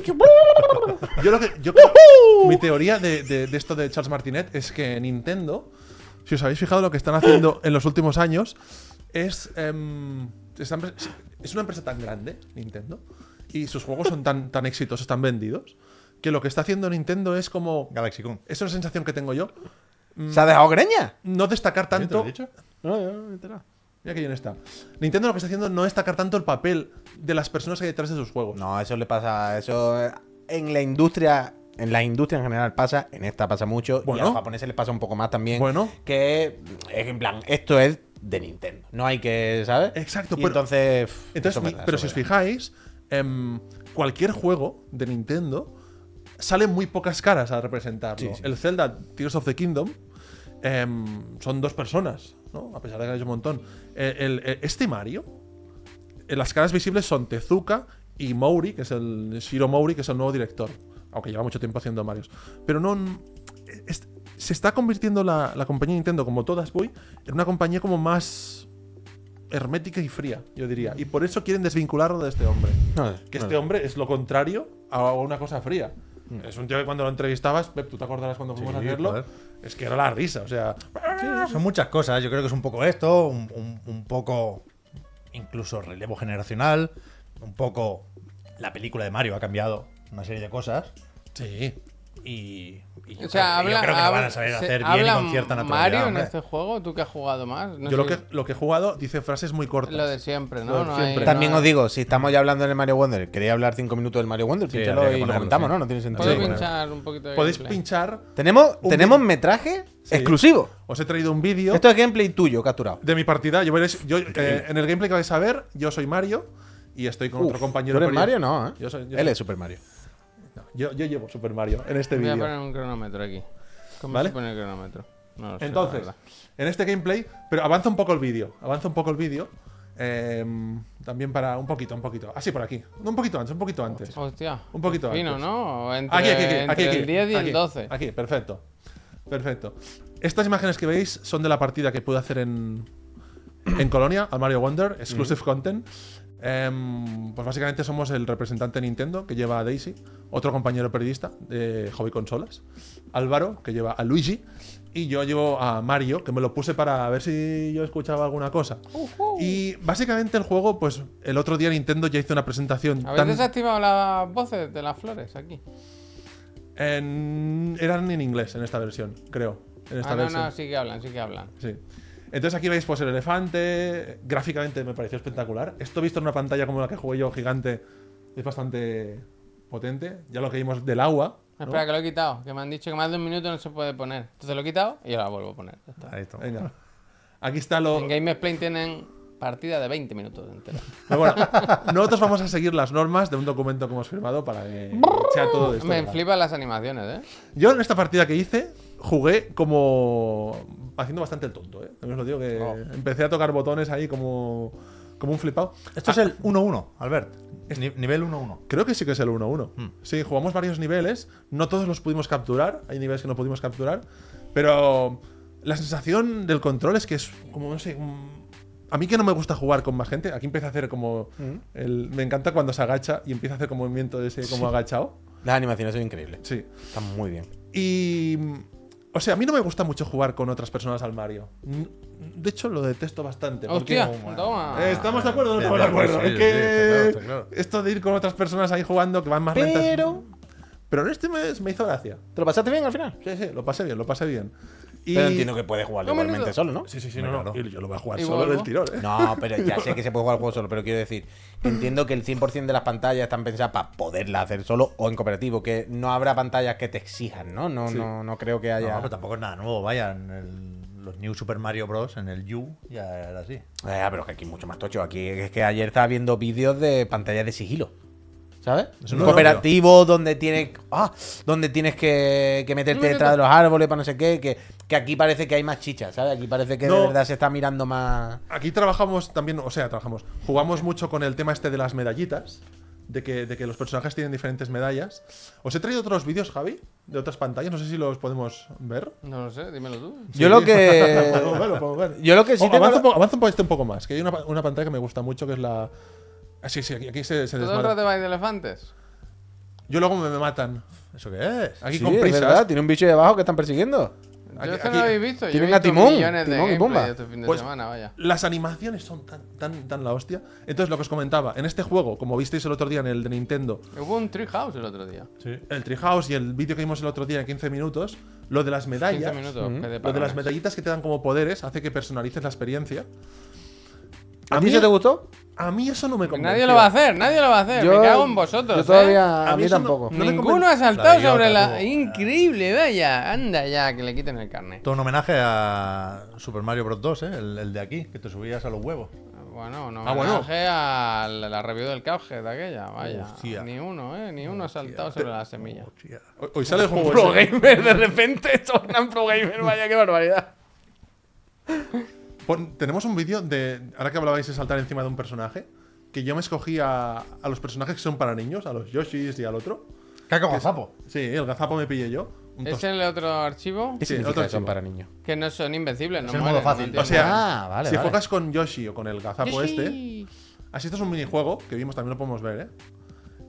Speaker 1: Robotnik.
Speaker 5: Yo lo que. yo creo- mi teoría de, de- de esto de Charles Martinet es que Nintendo, si os habéis fijado, lo que están haciendo en los últimos años es. em, esta empresa- es una empresa tan grande, Nintendo, y sus juegos son tan, tan exitosos, tan vendidos, que lo que está haciendo Nintendo es como.
Speaker 4: Galaxy Kun.
Speaker 5: Es una sensación que tengo yo.
Speaker 2: Mm.
Speaker 1: Se ha dejado greña.
Speaker 5: no destacar
Speaker 4: ¿Yo te lo
Speaker 5: tanto.
Speaker 4: he dicho?
Speaker 5: No, yo no me he enterado. Mira que yo no está. Nintendo lo que está haciendo no destacar tanto el papel de las personas que hay detrás de sus juegos.
Speaker 1: No, eso le pasa. Eso eh, en la industria. En la industria en general pasa, en esta pasa mucho, y
Speaker 5: Bueno.
Speaker 1: a los japoneses les pasa un poco más también.
Speaker 5: Bueno.
Speaker 1: Que es en plan, esto es de Nintendo. No hay que, ¿sabes?
Speaker 5: Exacto,
Speaker 1: Y
Speaker 5: pero-
Speaker 1: entonces. pff, eso
Speaker 5: Entonces,
Speaker 1: es
Speaker 5: ni-
Speaker 1: verdad,
Speaker 5: pero si
Speaker 1: eso
Speaker 5: os
Speaker 1: es verdad.
Speaker 5: fijáis, em, cualquier juego de Nintendo salen muy pocas caras a representarlo. El Zelda Tears of the Kingdom em, son dos personas, ¿no? A pesar de que hay un montón. Eh, el- eh, este Mario, eh, las caras visibles son Tezuka y Mori, que es el Shiro Mori, que es el nuevo director. Aunque lleva mucho tiempo haciendo Marios. Pero no. es- se está convirtiendo la, la compañía Nintendo, como todas voy, en una compañía como más hermética y fría, yo diría. Y por eso quieren desvincularlo de este hombre.
Speaker 1: No,
Speaker 5: Que
Speaker 1: no.
Speaker 5: este hombre es lo contrario a una cosa fría. Es un tío que cuando lo entrevistabas, Pep, tú te acordarás cuando fuimos
Speaker 4: Mm. Sí,
Speaker 5: a verlo,
Speaker 4: joder.
Speaker 5: es que era la risa, o sea,
Speaker 4: Son muchas cosas. Yo creo que es un poco esto, un, un- un poco incluso relevo generacional, un poco la película de Mario ha cambiado una serie de cosas
Speaker 5: sí,
Speaker 4: y, y yo,
Speaker 2: O sea,
Speaker 4: creo, que- yo
Speaker 2: habla,
Speaker 4: creo que lo
Speaker 2: habla-
Speaker 4: van a saber
Speaker 2: se-
Speaker 4: hacer bien y
Speaker 2: habla
Speaker 4: con cierta naturalidad.
Speaker 2: Mario en
Speaker 4: hombre.
Speaker 2: este juego, tú que has jugado más. No
Speaker 5: yo lo
Speaker 2: sé,
Speaker 5: que, lo que he jugado dice frases muy cortas.
Speaker 2: Lo de siempre,
Speaker 5: Lo
Speaker 2: ¿no?
Speaker 5: de
Speaker 2: No
Speaker 5: siempre.
Speaker 2: hay-
Speaker 1: También
Speaker 2: no
Speaker 1: os
Speaker 2: hay-
Speaker 1: digo, si estamos ya hablando del Mario Wonder, quería hablar cinco minutos del Mario Wonder, pínchalo
Speaker 4: habría que
Speaker 1: y lo
Speaker 4: ponerlo,
Speaker 1: comentamos,
Speaker 4: sí.
Speaker 1: ¿no? No tiene sentido.
Speaker 2: ¿Puedo
Speaker 5: Sí, bueno.
Speaker 2: pinchar un poquito de
Speaker 5: Podéis
Speaker 2: gameplay?
Speaker 5: pinchar.
Speaker 1: Tenemos,
Speaker 5: Un
Speaker 1: tenemos
Speaker 5: vídeo.
Speaker 1: metraje
Speaker 5: Sí.
Speaker 1: exclusivo.
Speaker 5: Os he traído un vídeo
Speaker 1: Esto es gameplay tuyo capturado.
Speaker 5: de mi partida. Yo veréis- yo, eh, en el gameplay que vais a ver, yo soy Mario y estoy con otro
Speaker 1: Uf,
Speaker 5: compañero.
Speaker 1: ¿tú eres
Speaker 5: pero
Speaker 1: Mario?
Speaker 5: yo-
Speaker 1: No, ¿eh?
Speaker 5: Yo soy- yo
Speaker 1: Él
Speaker 5: soy-
Speaker 1: es Super Mario.
Speaker 5: no, yo, yo llevo Super Mario en este
Speaker 2: Voy a
Speaker 5: vídeo.
Speaker 2: poner un cronómetro aquí. ¿Cómo
Speaker 5: ¿Vale?
Speaker 2: se pone el cronómetro? No lo sé, la
Speaker 5: Entonces,
Speaker 2: verdad.
Speaker 5: en este gameplay, pero avanza un poco el vídeo, avanza un poco el vídeo. em, también para un poquito, un poquito. Así por aquí. No, un poquito antes, un poquito
Speaker 2: Oh,
Speaker 5: antes.
Speaker 2: Hostia.
Speaker 5: Un poquito
Speaker 2: Fino,
Speaker 5: antes.
Speaker 2: ¿no? Entre,
Speaker 5: Aquí, aquí, aquí,
Speaker 2: entre
Speaker 5: aquí, aquí,
Speaker 2: el 10 y
Speaker 5: aquí,
Speaker 2: el 12.
Speaker 5: Aquí, perfecto. Perfecto. Estas imágenes que veis son de la partida que pude hacer en, en Colonia, al Mario Wonder, exclusive
Speaker 2: Mm.
Speaker 5: content. Em, pues básicamente somos el representante de Nintendo que lleva a Daisy, otro compañero periodista de Hobby Consolas, Álvaro que lleva a Luigi y yo llevo a Mario que me lo puse para ver si yo escuchaba alguna cosa. Y básicamente el juego, pues el otro día Nintendo ya hizo una presentación.
Speaker 2: ¿Habéis
Speaker 5: tan-
Speaker 2: desactivado las voces de las flores aquí?
Speaker 5: en- eran en inglés en esta versión, creo. En esta
Speaker 2: Ah, no,
Speaker 5: versión.
Speaker 2: no, sí que hablan, sí que hablan.
Speaker 5: Sí. Entonces aquí veis pues el elefante, gráficamente me pareció espectacular. Esto visto en una pantalla como la que jugué yo gigante es bastante potente. Ya lo que vimos del agua. ¿no?
Speaker 2: Espera, que lo he quitado. Que me han dicho que más de un minuto no se puede poner. Entonces lo he quitado y ahora lo vuelvo a poner. Ya está.
Speaker 4: Ahí está.
Speaker 5: Venga. Aquí está lo...
Speaker 2: En Game Explain tienen partida de 20 minutos entera.
Speaker 5: Pero bueno, nosotros vamos a seguir las normas de un documento que hemos firmado para que sea todo esto.
Speaker 2: Me
Speaker 5: legal.
Speaker 2: flipan las animaciones, ¿eh?
Speaker 5: Yo en esta partida que hice jugué como haciendo bastante el tonto, ¿eh? También os lo digo que empecé a tocar botones ahí como como un flipado.
Speaker 4: Esto es el 1-1, Albert. Ni- nivel 1-1.
Speaker 5: Creo que sí que es el 1-1. Sí, jugamos varios niveles. No todos los pudimos capturar. Hay niveles que no pudimos capturar. Pero la sensación del control es que es como, no sé. un- A mí que no me gusta jugar con más gente. Aquí empieza a hacer como. el- me encanta cuando se agacha y empieza a hacer como movimiento de ese como agachado.
Speaker 1: Las animaciones son increíbles.
Speaker 5: Sí.
Speaker 1: Están muy bien.
Speaker 5: Y. mm, O sea, a mí no me gusta mucho jugar con otras personas al Mario. N- De hecho, lo detesto bastante. porque-
Speaker 2: Hostia, toma.
Speaker 5: Eh, ¿Estamos de acuerdo o no
Speaker 4: Bien,
Speaker 5: estamos de
Speaker 4: bien,
Speaker 5: acuerdo?
Speaker 4: sí,
Speaker 5: es
Speaker 4: sí,
Speaker 5: que
Speaker 4: está claro, está claro.
Speaker 5: esto de ir con otras personas ahí jugando que van más lentas.
Speaker 1: Pero-
Speaker 5: Pero en este mes me hizo gracia.
Speaker 1: ¿Te lo pasaste bien al final?
Speaker 5: Sí, sí, lo pasé bien, lo pasé bien. Y...
Speaker 1: Pero entiendo que puedes jugar
Speaker 2: No,
Speaker 1: igualmente
Speaker 2: menudo.
Speaker 1: solo, ¿no?
Speaker 5: Sí, sí, sí, no, no. y Yo lo voy a jugar
Speaker 2: ¿Y
Speaker 5: solo
Speaker 2: vuelvo?
Speaker 5: del tirón, ¿eh?
Speaker 1: No, pero ya sé que se puede jugar al juego solo, pero quiero decir que entiendo que el 100% de las pantallas están pensadas para poderlas hacer solo o en cooperativo, que no habrá pantallas que te exijan, ¿no? No, no, no creo que
Speaker 4: No,
Speaker 1: haya.
Speaker 4: pero tampoco es nada nuevo, vaya. En el- los New Super Mario Bros. en el U ya era así.
Speaker 1: Ah, pero es que aquí hay mucho más tocho. Aquí es que ayer estaba viendo vídeos de pantallas de sigilo. ¿Sabes?
Speaker 4: Eso
Speaker 1: Un
Speaker 4: no lo
Speaker 1: cooperativo donde tienes, ah, donde tienes que, que meterte
Speaker 2: Métete.
Speaker 1: detrás de los árboles para no sé qué. Que, que aquí parece que hay más chichas, ¿sabes? Aquí parece que de
Speaker 5: No.
Speaker 1: verdad se está mirando más.
Speaker 5: Aquí trabajamos también, o sea, trabajamos. Jugamos mucho con el tema este de las medallitas. De que, de que los personajes tienen diferentes medallas. Os he traído otros vídeos, Javi, de otras pantallas. No sé si los podemos ver.
Speaker 2: No lo sé, dímelo tú.
Speaker 1: Yo lo que.
Speaker 5: Lo podemos ver, lo podemos ver.
Speaker 1: Yo lo que sí
Speaker 5: Oh,
Speaker 1: tengo
Speaker 5: avanza,
Speaker 1: la-
Speaker 5: un poco, avanza un po- este un poco más, que hay una, pa- una pantalla que me gusta mucho, que es la... Ah, sí, sí, aquí, aquí se, se
Speaker 2: ¿Todo el
Speaker 5: desmadra.
Speaker 2: rato vais de elefantes?
Speaker 5: Yo luego me, me matan.
Speaker 4: ¿Eso qué es?
Speaker 5: Aquí
Speaker 1: Sí,
Speaker 5: con
Speaker 1: es
Speaker 5: prisas.
Speaker 1: verdad, tiene un bicho ahí abajo que están persiguiendo.
Speaker 2: Yo
Speaker 5: Aquí-
Speaker 2: es que
Speaker 5: aquí-
Speaker 2: no lo habéis visto. Yo he
Speaker 1: tienen a
Speaker 2: visto
Speaker 1: Timón,
Speaker 2: millones de
Speaker 1: Timón y
Speaker 2: gameplay
Speaker 1: Pumba.
Speaker 2: este fin de
Speaker 5: Pues-
Speaker 2: semana, vaya.
Speaker 5: Las animaciones son tan, tan, tan la hostia. Entonces, lo que os comentaba, en este juego, como visteis el otro día en el de Nintendo,
Speaker 2: Hubo un Treehouse el otro día.
Speaker 5: el Treehouse y el vídeo que vimos el otro día en 15 minutos, Lo de las
Speaker 2: 15
Speaker 5: medallas.
Speaker 2: minutos.
Speaker 1: Mm.
Speaker 2: que te
Speaker 5: Ah, Lo de las
Speaker 2: pagan.
Speaker 5: medallitas que te dan como poderes hace que personalices la experiencia.
Speaker 1: ¿A ti eso te gustó?
Speaker 5: a mí eso no me convence.
Speaker 2: Nadie lo va a hacer, nadie lo va a
Speaker 5: Eh,
Speaker 2: hacer. Me cago en vosotros.
Speaker 1: Yo
Speaker 2: ¿eh?
Speaker 1: todavía, a
Speaker 5: A mí
Speaker 1: mí
Speaker 5: eso no-
Speaker 1: tampoco.
Speaker 5: no me
Speaker 2: Ninguno
Speaker 5: conven-
Speaker 2: ha saltado
Speaker 3: La idiota,
Speaker 2: sobre la.
Speaker 3: tú.
Speaker 2: Increíble, vaya. Anda ya, que le quiten el carnet.
Speaker 4: Todo un homenaje a Super Mario Bros. 2, ¿eh? el, el de aquí, que te subías a los huevos.
Speaker 2: Bueno, no
Speaker 5: Ah, bueno.
Speaker 2: homenaje a la, la review del Cuphead aquella, vaya.
Speaker 4: Hostia.
Speaker 2: Ni uno, ¿eh? Ni uno ha saltado sobre la semilla.
Speaker 4: Hostia.
Speaker 5: Hoy- Hoy sale el juego
Speaker 2: Pro
Speaker 5: pues ese.
Speaker 2: gamer, de repente tornan pro gamer, vaya, qué barbaridad.
Speaker 5: Pon- tenemos un vídeo de. Ahora que hablabais de saltar encima de un personaje, que yo me escogí a, a los personajes que son para niños, a los Yoshis y al otro.
Speaker 4: Caca guazapo.
Speaker 5: Sí, el gazapo me pillé yo. Un
Speaker 2: ¿Es
Speaker 5: tos-
Speaker 2: el otro archivo?
Speaker 1: ¿Qué
Speaker 5: Sí,
Speaker 1: significa
Speaker 5: otro
Speaker 1: que son
Speaker 5: chico.
Speaker 1: para niños?
Speaker 2: Que no son invencibles, no
Speaker 4: Es el
Speaker 2: mueren,
Speaker 4: modo fácil.
Speaker 2: no
Speaker 5: O sea,
Speaker 1: Ah, vale,
Speaker 5: si
Speaker 1: vale.
Speaker 5: juegas con Yoshi o con el gazapo
Speaker 2: entiendo.
Speaker 5: este, así esto es un minijuego que vimos, también lo podemos ver, ¿eh?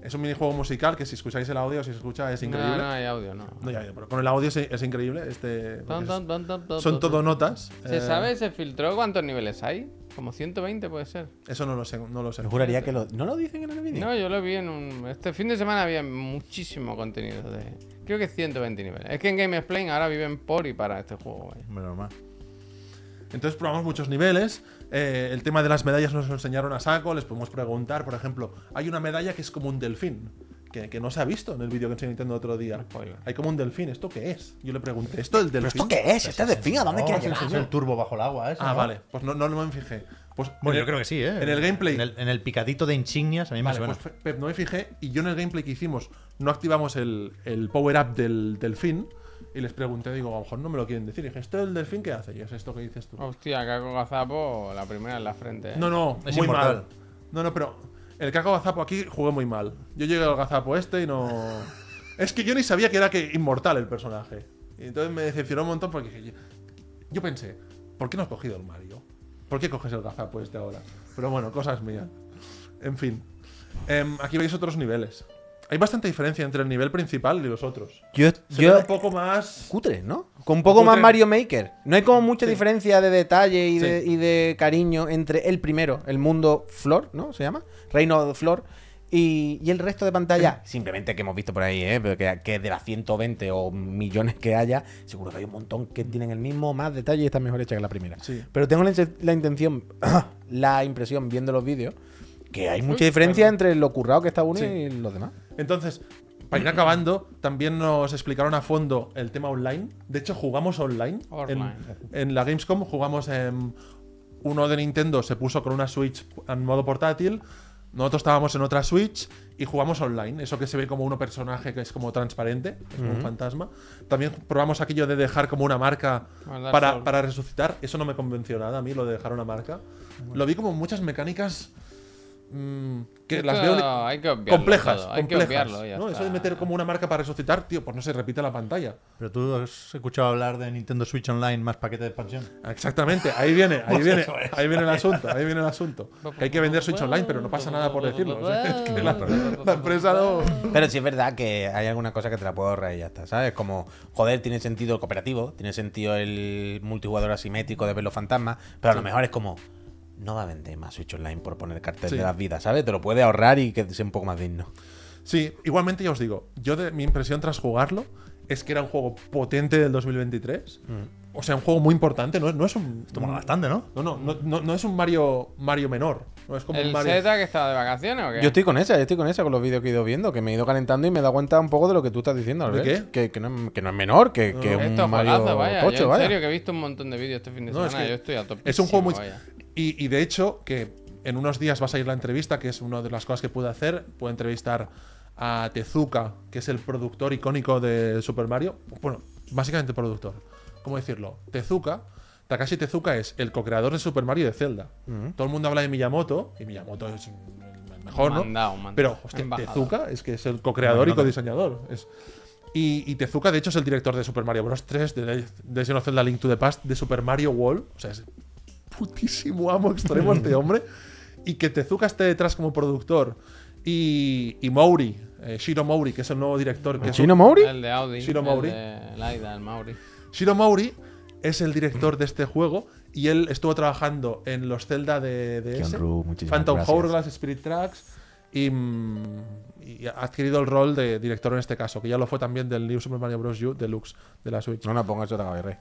Speaker 5: Es un minijuego musical que si escucháis el audio, si se escucha, es
Speaker 2: No,
Speaker 5: increíble.
Speaker 2: no hay audio, no.
Speaker 5: No, ya, ya, pero con el audio es, es increíble. Este, porque
Speaker 2: Ton,
Speaker 5: es-
Speaker 2: ton, ton, ton, ton,
Speaker 5: son
Speaker 2: ton,
Speaker 5: todo
Speaker 2: ton.
Speaker 5: notas.
Speaker 2: ¿Se
Speaker 5: eh,
Speaker 2: sabe? ¿Se filtró cuántos niveles hay? Como 120 puede ser.
Speaker 5: Eso no lo sé, no lo sé.
Speaker 1: Yo juraría que lo. ¿No lo dicen en el vídeo?
Speaker 2: No, yo lo vi en un. Este fin de semana había muchísimo contenido de. Creo que 120 niveles. Es que en Game Explain ahora viven por y para este juego, vaya.
Speaker 4: Hombre, normal.
Speaker 5: Entonces probamos muchos niveles. eh, el tema de las medallas nos lo enseñaron a saco. Les podemos preguntar, por ejemplo, hay una medalla que es como un delfín. Que, que no se ha visto en el vídeo que enseñó Nintendo otro día.
Speaker 2: Spoiler.
Speaker 5: Hay como un delfín. ¿Esto qué es? Yo le pregunté, ¿esto es el delfín?
Speaker 1: ¿Esto qué es? ¿Este de fin? ¿A dónde
Speaker 4: No,
Speaker 1: quieres
Speaker 4: ese
Speaker 1: llegar?
Speaker 4: es el turbo bajo el agua, ¿eh?
Speaker 5: Ah, vale. Pues no, no, me fijé. Pues
Speaker 4: Bueno,
Speaker 5: en
Speaker 4: yo
Speaker 5: el-
Speaker 4: creo que sí, ¿eh?
Speaker 5: En el gameplay.
Speaker 4: En el, en el picadito de insignias, a mí me
Speaker 5: Vale,
Speaker 4: suena.
Speaker 5: pues Fe- Pep, no me fijé. Y yo en el gameplay que hicimos no activamos el, el power-up del delfín. Y les pregunté, digo, a lo mejor no me lo quieren decir. Y dije, ¿esto del delfín qué hace? Y es esto que dices tú.
Speaker 2: Hostia, Caco Gazapo, la primera en la frente. ¿eh?
Speaker 5: No, no,
Speaker 4: Es
Speaker 5: muy
Speaker 4: inmortal.
Speaker 5: mal. No, no, pero el caco gazapo aquí jugué muy mal. Yo llegué al gazapo este y no. es que yo ni sabía que era que inmortal el personaje. Y entonces me decepcionó un montón porque dije, yo pensé, ¿por qué no has cogido el Mario? ¿Por qué coges el gazapo este ahora? Pero bueno, cosas mías. En fin. Em, aquí veis otros niveles. Hay bastante diferencia entre el nivel principal y los otros.
Speaker 1: Yo,
Speaker 5: Se
Speaker 1: yo-
Speaker 5: ven un poco más.
Speaker 1: cutre, ¿no? Con un poco más
Speaker 5: Cutre.
Speaker 1: Mario Maker. No hay como mucha diferencia de detalle y,
Speaker 5: Sí.
Speaker 1: de, y de cariño entre el primero, el mundo Flor, ¿no? Se llama. Reino de Flor. Y, y el resto de pantalla, simplemente que hemos visto por ahí, ¿eh? Pero que, que de las 120 o millones que haya, seguro que hay un montón que tienen el mismo, más detalle y está mejor hecha que la primera.
Speaker 5: Sí.
Speaker 1: Pero tengo la, inse- la intención, la impresión viendo los vídeos, que hay mucha
Speaker 2: Uy,
Speaker 1: diferencia
Speaker 2: perdón.
Speaker 1: entre lo currado que está uno
Speaker 5: Sí.
Speaker 1: y los demás.
Speaker 5: Entonces, para ir acabando, también nos explicaron a fondo el tema online. De hecho, jugamos online.
Speaker 2: Online.
Speaker 5: En, en la Gamescom jugamos em, uno de Nintendo se puso con una Switch en modo portátil. Nosotros estábamos en otra Switch y jugamos online. Eso que se ve como uno personaje que es como transparente, es como un fantasma. También probamos aquello de dejar como una marca
Speaker 2: Al Dark
Speaker 5: para,
Speaker 2: Souls.
Speaker 5: para resucitar. Eso no me convenció nada a mí, lo de dejar una marca. Lo vi como muchas mecánicas mm, que
Speaker 2: Esto
Speaker 5: las veo
Speaker 2: hay que obviarlo
Speaker 5: complejas,
Speaker 2: todo, Hay
Speaker 5: complejas,
Speaker 2: que obviarlo. ya
Speaker 5: ¿no?
Speaker 2: está.
Speaker 5: Eso de meter como una marca para resucitar, tío, pues no se repite la pantalla.
Speaker 4: Pero tú has escuchado hablar de Nintendo Switch Online más paquete de expansión.
Speaker 5: Exactamente, ahí viene, ahí viene, ahí viene el asunto, ahí viene el asunto. Que hay que vender Switch Online, pero no pasa nada por decirlo. o sea, es que la, la empresa no.
Speaker 1: Pero sí es verdad que hay alguna cosa que te la puedo ahorrar y ya está, ¿sabes? Como, joder, tiene sentido el cooperativo, tiene sentido el multijugador asimétrico de ver los fantasmas, pero a lo mejor es como, no va a vender más Switch Online por poner cartel
Speaker 5: Sí.
Speaker 1: de las vidas, ¿sabes? Te lo puede ahorrar y que sea un poco más digno.
Speaker 5: Sí, igualmente ya os digo, yo de mi impresión tras jugarlo es que era un juego potente del 2023. O sea, un juego muy importante, no, es- no es un.
Speaker 4: Toma bastante, ¿no?
Speaker 5: No, no, no, no- no es un Mario Mario menor. No es como un
Speaker 2: ¿El
Speaker 5: Mario.
Speaker 2: Z que estaba de vacaciones o qué?
Speaker 1: Yo estoy con esa, yo estoy con esa, con los vídeos que he ido viendo, que me he ido calentando y me he dado cuenta un poco de lo que tú estás diciendo,
Speaker 5: ¿De
Speaker 1: Albert.
Speaker 5: qué?
Speaker 1: Que, que no, es- que no es menor, que, que es
Speaker 2: Esto
Speaker 1: un
Speaker 2: es
Speaker 1: Mario
Speaker 2: juegazo, vaya.
Speaker 1: tocho,
Speaker 2: yo en
Speaker 1: vaya.
Speaker 2: serio que he visto un montón de vídeos este fin de
Speaker 5: No,
Speaker 2: semana.
Speaker 5: es que
Speaker 2: yo estoy a tope.
Speaker 5: Es un juego muy.
Speaker 2: vaya.
Speaker 5: Y, y de hecho, que en unos días va a salir la entrevista, que es una de las cosas que pude hacer. Pude entrevistar a Tezuka, que es el productor icónico de Super Mario. Bueno, básicamente productor. ¿Cómo decirlo? Tezuka. Takashi Tezuka es el co-creador de Super Mario y de Zelda. Todo el mundo habla de Miyamoto, y Miyamoto es el mejor, ¿no?
Speaker 2: Mandado, mandado.
Speaker 5: Pero, hostia,
Speaker 2: Embajador.
Speaker 5: Tezuka es que es el co-creador y co-diseñador. Es- Y, y Tezuka, de hecho, es el director de Super Mario Bros. 3, de Le- Legend of Zelda Link to the Past, de Super Mario Wall. O sea, es putísimo amo extremo este hombre. Y que Tezuka esté detrás como productor. Y, y Mori, eh, Shiro Mori, que es el nuevo director. Que es un-
Speaker 1: ¿Chino Mori?
Speaker 2: El de Audi.
Speaker 5: Shiro
Speaker 2: el
Speaker 5: Mauri.
Speaker 2: de Laida, el Mauri.
Speaker 5: Shiro Mori es el director de este juego y él estuvo trabajando en los Zelda de, de
Speaker 1: Keon
Speaker 5: ese,
Speaker 1: Ru, muchísimas
Speaker 5: Phantom
Speaker 1: gracias.
Speaker 5: Hourglass, Spirit Tracks y, mm, y ha adquirido el rol de director en este caso, que ya lo fue también del New Super Mario Bros. U Deluxe de la Switch.
Speaker 1: No, no pongas eso, Tagabi Rey.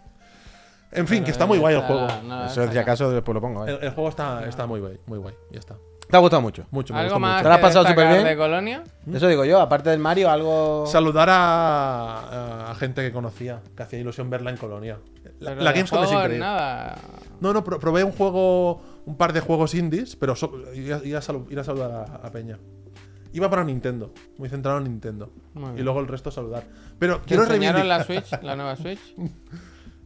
Speaker 5: En fin, que está muy guay el juego.
Speaker 2: Ah,
Speaker 1: Eso, si acaso, después lo pongo.
Speaker 5: El,
Speaker 1: ¿eh?
Speaker 5: el juego está, está muy guay, muy guay. Ya está.
Speaker 1: ¿Te ha gustado mucho?
Speaker 5: Mucho, me
Speaker 2: ¿Algo
Speaker 5: gustó
Speaker 2: más
Speaker 5: mucho.
Speaker 1: ¿Te lo has
Speaker 2: que
Speaker 1: pasado súper
Speaker 2: destacar
Speaker 1: bien?
Speaker 2: de Colonia?
Speaker 1: Mm. Eso digo yo, aparte del Mario, algo.
Speaker 5: Saludar a, a gente que conocía, que hacía ilusión verla en Colonia. La,
Speaker 2: Pero
Speaker 5: la
Speaker 2: de
Speaker 5: Gamescom es
Speaker 2: juegos,
Speaker 5: increíble.
Speaker 2: Nada.
Speaker 5: No, no, pro- probé un juego, un par de juegos indies, pero so- ir, a, ir a salu- ir a saludar a, a Peña. Iba para Nintendo, muy centrado en Nintendo.
Speaker 2: Muy
Speaker 5: Y
Speaker 2: bien.
Speaker 5: luego el resto saludar. Pero
Speaker 2: ¿Te
Speaker 5: quiero reivindicar.
Speaker 2: enseñaron la Switch? ¿La nueva Switch?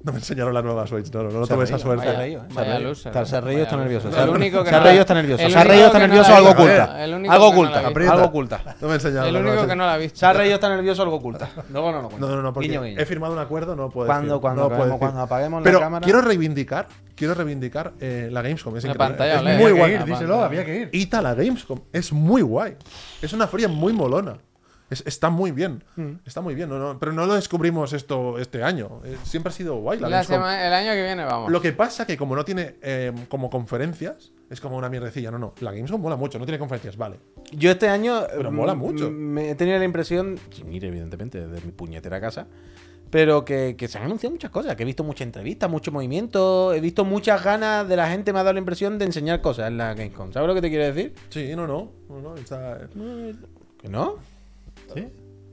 Speaker 5: No me enseñaron la nueva Switch, no, no, no
Speaker 1: Se ha
Speaker 5: tuve esa
Speaker 1: reído,
Speaker 5: suerte.
Speaker 1: se ha reído, ¿eh? Se ha
Speaker 2: vaya
Speaker 1: reído.
Speaker 2: loser,
Speaker 1: Está- Se ha reído,
Speaker 2: vaya
Speaker 1: está
Speaker 2: loser.
Speaker 1: nervioso.
Speaker 2: Lo
Speaker 1: Se ha-
Speaker 2: único que
Speaker 1: se ha
Speaker 2: no-
Speaker 1: reído, está nervioso.
Speaker 2: el
Speaker 1: Se ha
Speaker 2: único
Speaker 1: reído,
Speaker 2: que
Speaker 1: está
Speaker 2: no la
Speaker 1: nervioso,
Speaker 2: ha
Speaker 1: algo
Speaker 2: visto.
Speaker 1: oculta.
Speaker 2: El único
Speaker 1: Algo
Speaker 2: que no la ha
Speaker 1: oculta,
Speaker 2: visto.
Speaker 1: algo oculta.
Speaker 5: No me enseñaron
Speaker 2: El
Speaker 5: la nueva
Speaker 2: único que
Speaker 5: Switch.
Speaker 2: no la ha visto.
Speaker 1: Se ha reído, está nervioso, algo oculta. Luego no lo cuento.
Speaker 5: No, no, no, porque
Speaker 1: Guiño, guiño.
Speaker 5: he firmado un acuerdo, no puedo
Speaker 1: Cuando-
Speaker 5: decir,
Speaker 1: cuando
Speaker 5: no
Speaker 1: acabemos,
Speaker 5: decir.
Speaker 1: cuando apaguemos la
Speaker 5: Pero
Speaker 1: cámara.
Speaker 5: quiero reivindicar, quiero reivindicar eh, la Gamescom, es
Speaker 2: La
Speaker 5: increíble.
Speaker 2: pantalla
Speaker 5: Es
Speaker 2: OLED.
Speaker 5: muy
Speaker 4: Había que
Speaker 5: guay.
Speaker 4: ir, díselo, había que ir.
Speaker 5: Ita la Gamescom. Es muy guay. Es una feria muy molona. Es- está muy bien. Está muy bien. no, no, pero no lo descubrimos esto este año. Eh, siempre ha sido guay la,
Speaker 2: La
Speaker 5: Gamescom.
Speaker 2: semana- el año que viene vamos.
Speaker 5: Lo que pasa que como no tiene eh, como conferencias, es como una mierdecilla. No, no. La Gamescom mola mucho. No tiene conferencias, vale.
Speaker 1: Yo este año.
Speaker 5: Pero
Speaker 1: mm,
Speaker 5: mola mucho.
Speaker 1: Me he tenido la impresión, sin ir evidentemente desde mi puñetera casa, pero que, que se han anunciado muchas cosas. Que he visto mucha entrevista, mucho movimiento, he visto muchas ganas de la gente, me ha dado la impresión de enseñar cosas en la Gamescom. ¿Sabes lo que te quiero decir?
Speaker 5: Sí, no, no. no, no, está-
Speaker 1: Que no.
Speaker 4: ¿Sí?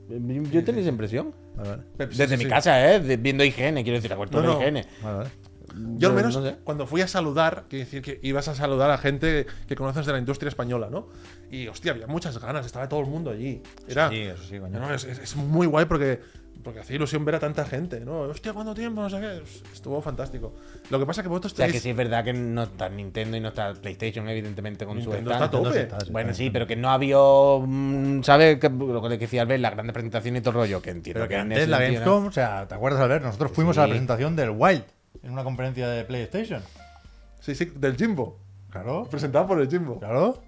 Speaker 1: Yo yo tengo esa impresión.
Speaker 4: Vale, vale.
Speaker 5: Pepsi,
Speaker 1: Desde
Speaker 5: sí,
Speaker 1: mi
Speaker 5: sí.
Speaker 1: casa, ¿eh? De- viendo higiene, quiero decir, la cobertura
Speaker 5: No, no.
Speaker 1: de higiene.
Speaker 4: Vale, vale.
Speaker 5: Yo al
Speaker 1: No,
Speaker 5: menos
Speaker 1: no sé.
Speaker 5: cuando fui a saludar, que decir que ibas a saludar a gente que conoces de la industria española, ¿no? Y hostia, había muchas ganas, estaba todo el mundo allí. Era,
Speaker 4: Sí, eso sí, coño.
Speaker 5: No, es, es- es muy guay porque, porque hacía ilusión ver a tanta gente, ¿no? Hostia, ¿cuánto tiempo? No sé qué. Estuvo fantástico. Lo que pasa es que vosotros
Speaker 1: O sea, que
Speaker 5: tenéis...
Speaker 1: sí es verdad que no está Nintendo y no está PlayStation, evidentemente, con
Speaker 5: Nintendo
Speaker 1: su
Speaker 5: está a
Speaker 1: stand.
Speaker 5: tope.
Speaker 4: Nintendo está-
Speaker 1: Bueno, sí, pero que no había. mm, ¿Sabes Que- lo que le decía Albert? Las grandes presentaciones y todo el rollo. Que entiendo
Speaker 4: Pero que
Speaker 1: en
Speaker 4: antes
Speaker 1: ese
Speaker 4: la
Speaker 1: sentido, ¿no?
Speaker 4: Gamescom, o sea, ¿te acuerdas, Albert? Nosotros fuimos a la
Speaker 1: sí.
Speaker 4: presentación del Wild en una conferencia de PlayStation.
Speaker 5: Sí, sí, del Jimbo.
Speaker 4: Claro,
Speaker 5: Presentado por el Jimbo.
Speaker 4: claro.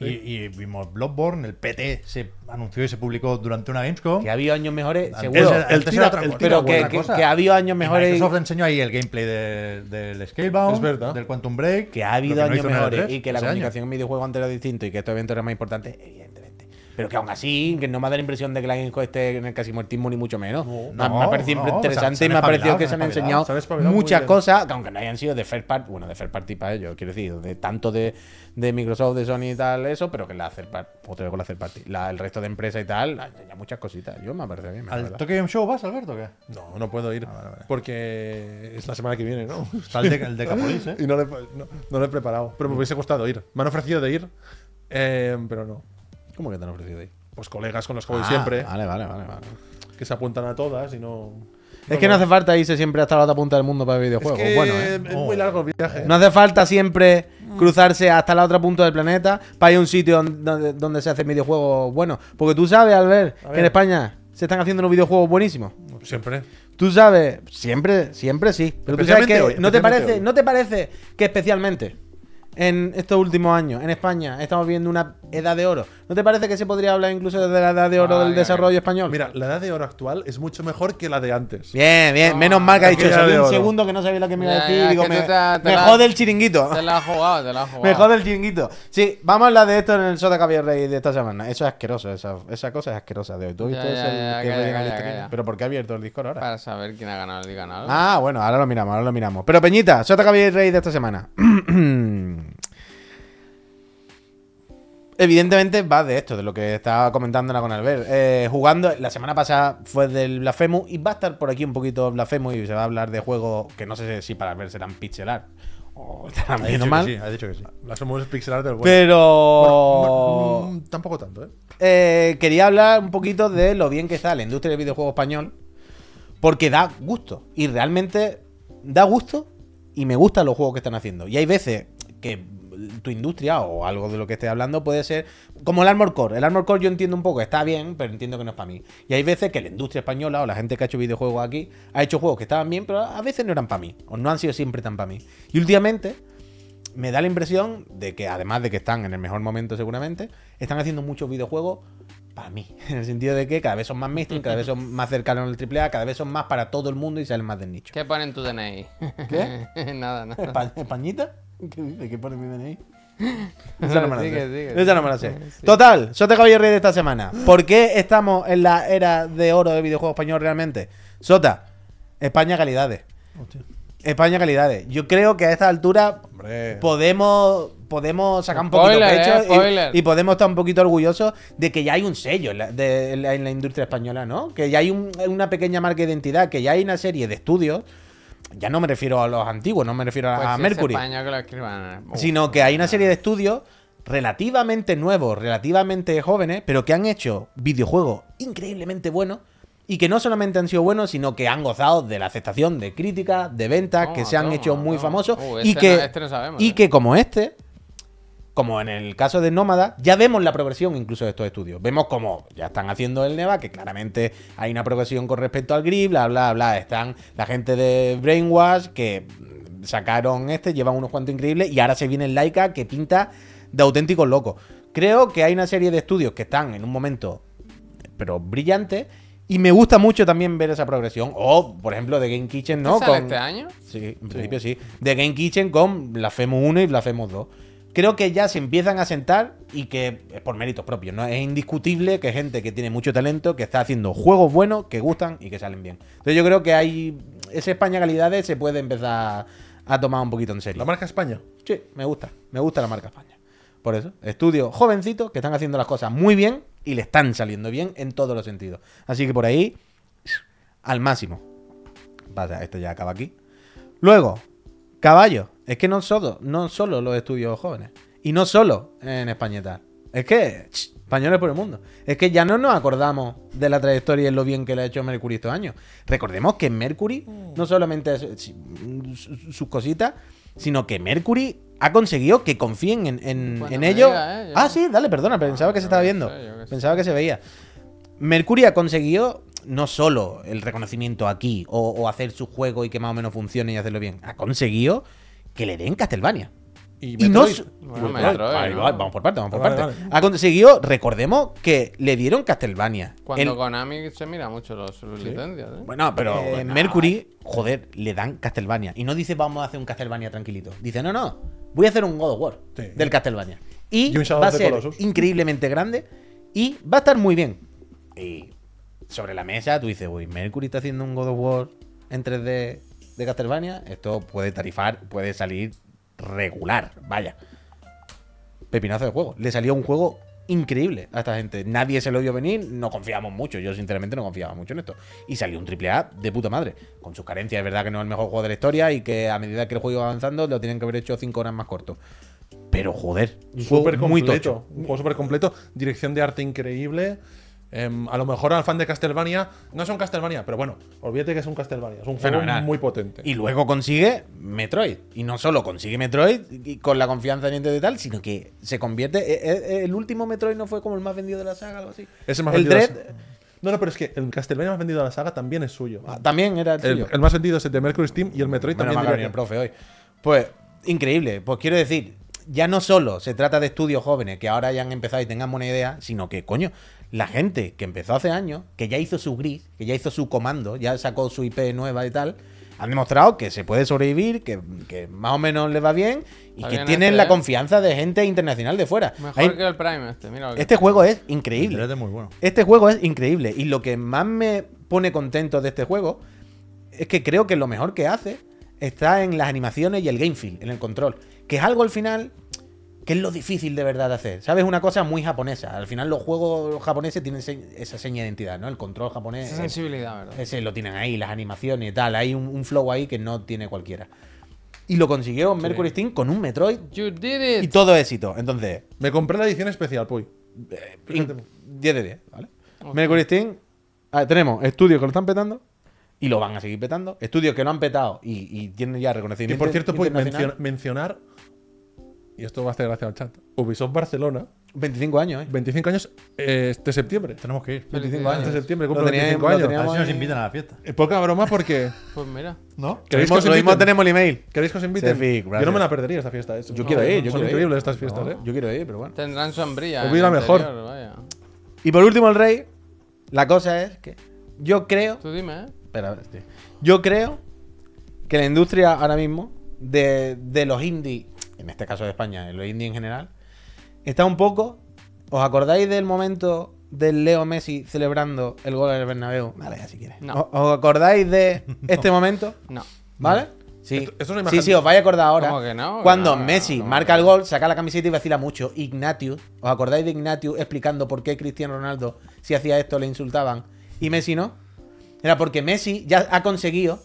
Speaker 4: Y, y vimos Bloodborne, el PT se anunció y se publicó durante una Gamescom.
Speaker 1: Que ha habido años mejores,
Speaker 4: Antes
Speaker 1: seguro.
Speaker 4: era- antes
Speaker 5: tira-
Speaker 4: era otra
Speaker 5: el
Speaker 4: cosa,
Speaker 1: pero
Speaker 4: otra
Speaker 1: que, que,
Speaker 4: cosa.
Speaker 1: que ha habido años
Speaker 4: Y
Speaker 1: mejores.
Speaker 4: Microsoft enseñó ahí el gameplay de- del Scalebound,
Speaker 5: Es verdad.
Speaker 4: del Quantum Break.
Speaker 1: Que ha
Speaker 4: lo
Speaker 1: habido
Speaker 4: no
Speaker 1: años
Speaker 4: hizo en el
Speaker 1: mejores.
Speaker 4: 3
Speaker 1: Y que la
Speaker 4: ese año.
Speaker 1: comunicación en videojuegos antes era distinto y que estos eventos eran más importantes, evidentemente. Pero que aún así, que no me da la impresión de que la Gamescom esté en el casimotismo ni mucho menos.
Speaker 5: No,
Speaker 1: me, ha- me ha
Speaker 4: no,
Speaker 1: parecido
Speaker 4: no,
Speaker 1: interesante
Speaker 4: se han-
Speaker 1: y me ha
Speaker 4: se han
Speaker 1: parecido
Speaker 4: espabilado,
Speaker 1: que
Speaker 4: se
Speaker 1: se han
Speaker 4: han espabilado,
Speaker 1: enseñado
Speaker 5: se han espabilado muy
Speaker 1: muchas
Speaker 5: bien.
Speaker 1: cosas, que aunque no hayan sido de third party, bueno, de third party para ellos, quiero decir, de tanto de, de Microsoft, de Sony y tal, eso, pero que la third party, otra vez con la third party, la- el resto de empresas y tal, han enseñado muchas cositas. Yo me ha parecido bien. la
Speaker 4: ¿Al
Speaker 1: verdad.
Speaker 4: Tokyo Game Show vas, Alberto? o ¿Qué?
Speaker 5: No, no puedo
Speaker 1: Ah,
Speaker 5: ir. Porque es la semana que viene, ¿no?
Speaker 4: Está el de, el Decapolis, ¿eh?
Speaker 5: Y no le, no, no lo he preparado. Pero me hubiese gustado ir. Me han ofrecido de ir, eh, pero no.
Speaker 1: ¿Cómo que te han ofrecido ahí?
Speaker 5: Pues colegas con los que voy
Speaker 1: Ah,
Speaker 5: siempre,
Speaker 1: Vale, vale, vale. vale.
Speaker 5: que se apuntan a todas y no.
Speaker 1: Es que no hace falta irse siempre hasta la otra punta del mundo para ver videojuegos.
Speaker 5: que
Speaker 1: Bueno, ¿eh?
Speaker 5: es muy largo el viaje.
Speaker 1: No hace falta siempre
Speaker 5: Mm.
Speaker 1: cruzarse hasta la otra punta del planeta para ir a un sitio don- donde, donde se hacen videojuegos buenos. Porque tú sabes, Albert, que en
Speaker 5: ver.
Speaker 1: España se están haciendo unos videojuegos buenísimos.
Speaker 5: Siempre.
Speaker 1: Tú sabes, siempre, siempre sí. Pero tú sabes
Speaker 5: Especialmente
Speaker 1: que
Speaker 5: hoy,
Speaker 1: no te
Speaker 5: especialmente
Speaker 1: parece,
Speaker 5: hoy.
Speaker 1: no te parece que especialmente en estos últimos años en España estamos viendo una edad de oro. ¿No te parece que se podría hablar incluso de la edad de oro
Speaker 2: Ah,
Speaker 1: del
Speaker 2: mira,
Speaker 1: desarrollo español?
Speaker 5: Mira, la edad de oro actual es mucho mejor que la de antes.
Speaker 1: Bien, bien, menos mal que ha
Speaker 5: es
Speaker 1: dicho
Speaker 5: que
Speaker 1: eso.
Speaker 5: Ah, edad de
Speaker 1: Había Un
Speaker 5: oro.
Speaker 1: segundo que no sabía lo que me iba a
Speaker 2: Ya,
Speaker 1: decir.
Speaker 2: ya,
Speaker 1: y
Speaker 2: es
Speaker 1: digo,
Speaker 2: que
Speaker 1: me,
Speaker 2: tú te- te
Speaker 1: me
Speaker 2: la-
Speaker 1: jode el chiringuito.
Speaker 2: Te la has jugado, te la has jugado.
Speaker 1: Me jode el chiringuito. Sí, vamos a hablar de esto en el Sota Caviar Rey de esta semana. Eso es asqueroso, esa, esa cosa es asquerosa de hoy. ¿Tú has
Speaker 2: Ya,
Speaker 1: visto
Speaker 2: ya,
Speaker 1: eso?
Speaker 2: ya,
Speaker 1: Que
Speaker 2: calla,
Speaker 1: rellenan
Speaker 2: calla,
Speaker 1: el stream.
Speaker 2: calla.
Speaker 1: Pero ¿por qué ha abierto el Discord ahora?
Speaker 2: Para saber quién ha ganado el Liga Nada.
Speaker 1: Ah, bueno, ahora lo miramos, ahora lo miramos. Pero Peñita, Sota Caviar Rey de esta semana. Evidentemente va de esto, de lo que estaba comentando ahora con Albert. Eh, jugando, la semana pasada fue del Blasphemous y va a estar por aquí un poquito Blasphemous y se va a hablar de juegos que no sé si para Albert serán pixel art o estarán
Speaker 4: Ha
Speaker 1: bien o
Speaker 4: dicho que
Speaker 1: mal.
Speaker 4: sí, ha dicho que sí.
Speaker 5: Las somos pixelar del bueno.
Speaker 1: Pero
Speaker 5: Mm, Tampoco tanto, ¿eh?
Speaker 1: eh, quería hablar un poquito de lo bien que está la industria del videojuego español, porque da gusto y realmente da gusto y me gustan los juegos que están haciendo. Y hay veces que tu industria o algo de lo que estés hablando puede ser como el Armor Core. El Armor Core yo entiendo un poco, está bien, pero entiendo que no es para mí. Y hay veces que la industria española o la gente que ha hecho videojuegos aquí ha hecho juegos que estaban bien, pero a veces no eran para mí o no han sido siempre tan para mí. Y últimamente me da la impresión de que, además de que están en el mejor momento seguramente, están haciendo muchos videojuegos para mí. En el sentido de que cada vez son más mainstream, cada vez son más cercanos al AAA, cada vez son más para todo el mundo y salen más del nicho.
Speaker 2: ¿Qué pone en tu DNI?
Speaker 1: ¿Qué?
Speaker 2: nada, nada.
Speaker 1: ¿Españita? ¿Qué dice? ¿Qué pone mi DNI? Esa no me la
Speaker 2: Sigue,
Speaker 1: sé.
Speaker 2: sigue.
Speaker 1: Esa no me la sé.
Speaker 2: Sí.
Speaker 1: Total, yo te Caballo Rey de esta semana. ¿Por qué estamos en la era de oro del videojuego español realmente? Sota, España calidades. España calidades. Yo creo que a esta altura
Speaker 5: Hombre.
Speaker 1: podemos podemos sacar un poquito
Speaker 2: Spoiler, eh,
Speaker 1: pecho y-
Speaker 2: spoiler.
Speaker 1: y, podemos estar un poquito orgullosos de que ya hay un sello en la, de- en la- en la industria española, ¿no? Que ya hay un- una pequeña marca de identidad, que ya hay una serie de estudios. Ya no me refiero a los antiguos, no me refiero a,
Speaker 2: Pues
Speaker 1: a
Speaker 2: si es
Speaker 1: Mercury
Speaker 2: español uh, que lo escriban. Uf.
Speaker 1: sino que hay una serie de estudios relativamente nuevos, relativamente jóvenes, pero que han hecho videojuegos increíblemente buenos y que no solamente han sido buenos, sino que han gozado de la aceptación de críticas, de ventas, que
Speaker 2: Toma,
Speaker 1: se han
Speaker 2: toma,
Speaker 1: hecho muy
Speaker 2: toma.
Speaker 1: famosos
Speaker 2: Uh,
Speaker 1: y
Speaker 2: este
Speaker 1: que
Speaker 2: no- este no sabemos,
Speaker 1: y
Speaker 2: eh.
Speaker 1: que como este como en el caso de Nómada, ya vemos la progresión incluso de estos estudios. Vemos cómo ya están haciendo el Neva, que claramente hay una progresión con respecto al GRIP, bla, bla, bla. Están la gente de Brainwash, que mm, sacaron este, llevan unos cuantos increíbles, y ahora se viene el Laika, que pinta de auténticos locos. Creo que hay una serie de estudios que están en un momento, pero brillante, y me gusta mucho también ver esa progresión. O, por ejemplo, de Game Kitchen, ¿no?
Speaker 2: ¿Este sale
Speaker 1: Con-
Speaker 2: este año?
Speaker 1: Sí, en principio sí. De Game Kitchen con Blasphemous 1 y Blasphemous 2. Creo que ya se empiezan a sentar y que es por méritos propios, ¿no? Es indiscutible que gente que tiene mucho talento, que está haciendo juegos buenos, que gustan y que salen bien. Entonces yo creo que hay. Ese España calidades se puede empezar a tomar un poquito en
Speaker 5: La
Speaker 1: serio.
Speaker 5: marca España.
Speaker 1: Sí, me gusta. Me gusta la marca España. Por eso, estudios jovencitos que están haciendo las cosas muy bien y le están saliendo bien en todos los sentidos. Así que por ahí, al máximo. Vaya, esto ya acaba aquí. Luego, caballo. Es que no solo, no solo los estudios jóvenes. Y no solo en España y tal. Es que, ch, españoles por el mundo. Es que ya no nos acordamos de la trayectoria y lo bien que le ha hecho Mercury estos años. Recordemos que Mercury
Speaker 2: Mm.
Speaker 1: no solamente es- si- su- sus cositas, sino que Mercury ha conseguido que confíen en, en-
Speaker 2: Cuando
Speaker 1: en
Speaker 2: me
Speaker 1: ello.
Speaker 2: diga, eh, yo-
Speaker 1: ah, sí, dale, perdona, pensaba que se
Speaker 2: yo
Speaker 1: estaba
Speaker 2: qué
Speaker 1: viendo.
Speaker 2: sé, yo qué sé.
Speaker 1: Pensaba que se veía. Mercury ha conseguido no solo el reconocimiento aquí o, o hacer su juego y que más o menos funcione y hacerlo bien, ha conseguido que le den Castlevania. Y no
Speaker 5: Metroid.
Speaker 1: s-
Speaker 2: Bueno,
Speaker 1: Metroid,
Speaker 2: Metroid,
Speaker 1: ahí
Speaker 2: ¿no?
Speaker 1: va, vamos por parte, vamos por
Speaker 5: Vale,
Speaker 1: parte. Ha conseguido, recordemos que le dieron Castlevania.
Speaker 2: Cuando
Speaker 1: El-
Speaker 2: Konami se mira mucho los, sus licencias. ¿eh?
Speaker 1: Bueno, pero eh, Mercury, joder, le dan Castlevania. Y no dice vamos a hacer un Castlevania tranquilito. Dice, no, no, voy a hacer un God of War
Speaker 5: Sí.
Speaker 1: del Castlevania. Y,
Speaker 5: Y un Shadow
Speaker 1: va a
Speaker 5: of the
Speaker 1: ser
Speaker 5: Colossus.
Speaker 1: increíblemente grande y va a estar muy bien. Y sobre la mesa tú dices, uy, Mercury está haciendo un God of War en 3D de Castlevania. Esto puede tarifar, puede salir regular, vaya. Pepinazo de juego. Le salió un juego increíble a esta gente. Nadie se lo vio venir, no confiábamos mucho. Yo sinceramente no confiaba mucho en esto. Y salió un triple A de puta madre. Con sus carencias, es verdad que no es el mejor juego de la historia y que a medida que el juego iba avanzando lo tienen que haber hecho 5 horas más corto. Pero joder, un juego
Speaker 5: Súper
Speaker 1: muy
Speaker 5: completo.
Speaker 1: tocho.
Speaker 5: Un juego súper completo. Dirección de arte increíble. Em, a lo mejor al fan de Castlevania. No es un Castlevania, pero bueno, olvídate que es un Castlevania. Es un juego
Speaker 1: Fenomenal.
Speaker 5: muy potente.
Speaker 1: Y luego consigue Metroid. Y no solo consigue Metroid y con la confianza en Nintendo y tal, sino que se convierte. e- e- El último Metroid no fue como el más vendido de la saga, algo así.
Speaker 5: es el más
Speaker 1: el
Speaker 5: vendido de la
Speaker 1: Dread-
Speaker 5: saga. No, no, pero es que el Castlevania más vendido de la saga también es suyo.
Speaker 1: Ah, También era el,
Speaker 5: el,
Speaker 1: suyo.
Speaker 5: el más vendido es el de Mercury Steam y el Metroid
Speaker 1: Menos
Speaker 5: también
Speaker 1: mal que
Speaker 5: diría
Speaker 1: ha venido el
Speaker 5: que-
Speaker 1: profe hoy. Pues, increíble. Pues quiero decir, ya no solo se trata de estudios jóvenes que ahora ya han empezado y tengan buena idea, sino que, coño, la gente que empezó hace años, que ya hizo su gris, que ya hizo su comando, ya sacó su IP nueva y tal, han demostrado que se puede sobrevivir, que, que más o menos les va bien y
Speaker 2: Está
Speaker 1: que
Speaker 2: bien
Speaker 1: tienen
Speaker 2: este,
Speaker 1: la
Speaker 2: ¿eh?
Speaker 1: confianza de gente internacional de fuera.
Speaker 2: Mejor
Speaker 1: Hay-
Speaker 2: que el Prime este, mira. lo que-
Speaker 1: Este juego es
Speaker 4: El
Speaker 1: increíble.
Speaker 4: Dread es muy bueno.
Speaker 1: Este juego es increíble. Y lo que más me pone contento de este juego es que creo que lo mejor que hace está en las animaciones y el game feel, en el control. Que es algo al final que es lo difícil de verdad de hacer. ¿Sabes? Una cosa muy japonesa. Al final los juegos japoneses tienen se- esa seña de identidad, ¿no? El control japonés.
Speaker 2: Esa
Speaker 1: es-
Speaker 2: sensibilidad, ¿verdad?
Speaker 1: ese lo tienen ahí, las animaciones y tal. Hay un, un flow ahí que no tiene cualquiera. Y lo consiguió Mercury Steam con un Metroid
Speaker 2: You did
Speaker 1: y
Speaker 2: it.
Speaker 1: todo éxito. Entonces,
Speaker 5: Me compré la edición especial, Puy.
Speaker 1: In-
Speaker 5: Fíjate.
Speaker 1: 10 de 10, ¿vale? Mercury Steam, ah, tenemos estudios que lo están petando y lo van a seguir petando. Estudios que lo han petado y, y tienen ya
Speaker 5: Y
Speaker 1: reconocimiento.
Speaker 5: por cierto, pues, Puy,
Speaker 1: internacional.
Speaker 5: mencio- mencionar. Y esto va a hacer gracia al chat. Ubisoft Barcelona,
Speaker 1: 25 años, ¿eh?
Speaker 5: 25 años eh, este septiembre.
Speaker 4: Tenemos que ir.
Speaker 1: 25
Speaker 5: Este
Speaker 1: años.
Speaker 5: septiembre
Speaker 1: Lo
Speaker 5: cumple
Speaker 1: tenía-
Speaker 5: 25
Speaker 1: lo
Speaker 5: años.
Speaker 4: A ver
Speaker 1: teníamos-
Speaker 4: si nos invitan a la fiesta.
Speaker 5: Eh, Poca broma porque.
Speaker 2: Pues mira.
Speaker 4: ¿no?
Speaker 5: ¿Queréis
Speaker 1: Lo mismo-
Speaker 5: que os
Speaker 1: lo mismo
Speaker 5: inviten?
Speaker 1: tenemos el email.
Speaker 5: ¿Queréis que os inviten?
Speaker 1: Cefic,
Speaker 5: yo no
Speaker 1: gracias.
Speaker 5: me la perdería esta fiesta. ¿eh?
Speaker 1: Yo quiero ir, yo quiero
Speaker 5: Son
Speaker 1: ir.
Speaker 5: increíbles estas fiestas, ¿eh?
Speaker 1: Yo quiero ir, pero bueno.
Speaker 2: Tendrán sombrillas.
Speaker 5: Hubiera mejor.
Speaker 2: Vaya.
Speaker 1: Y por último, el rey. La cosa es que yo creo
Speaker 2: Tú dime, ¿eh?
Speaker 1: Espera, este. a ver, tío. Yo creo que la industria ahora mismo de, de los indie en este caso de España, en los indies en general, está un poco. ¿Os acordáis del momento del Leo Messi celebrando el gol del Bernabéu? Vale, ya si quieres.
Speaker 2: No.
Speaker 1: ¿Os- ¿Os acordáis de este momento?
Speaker 2: No.
Speaker 1: ¿Vale? Sí.
Speaker 5: Esto- esto es una
Speaker 1: sí,
Speaker 5: imagen-
Speaker 1: sí, os vais a acordar ahora.
Speaker 2: ¿Cómo que no?
Speaker 1: Cuando
Speaker 2: No, no,
Speaker 1: Messi
Speaker 2: no,
Speaker 1: marca
Speaker 2: no.
Speaker 1: el gol, saca la camiseta y vacila mucho. Ignatius, ¿os acordáis de Ignatius explicando por qué Cristiano Ronaldo, si hacía esto, le insultaban y Messi no? Era porque Messi ya ha conseguido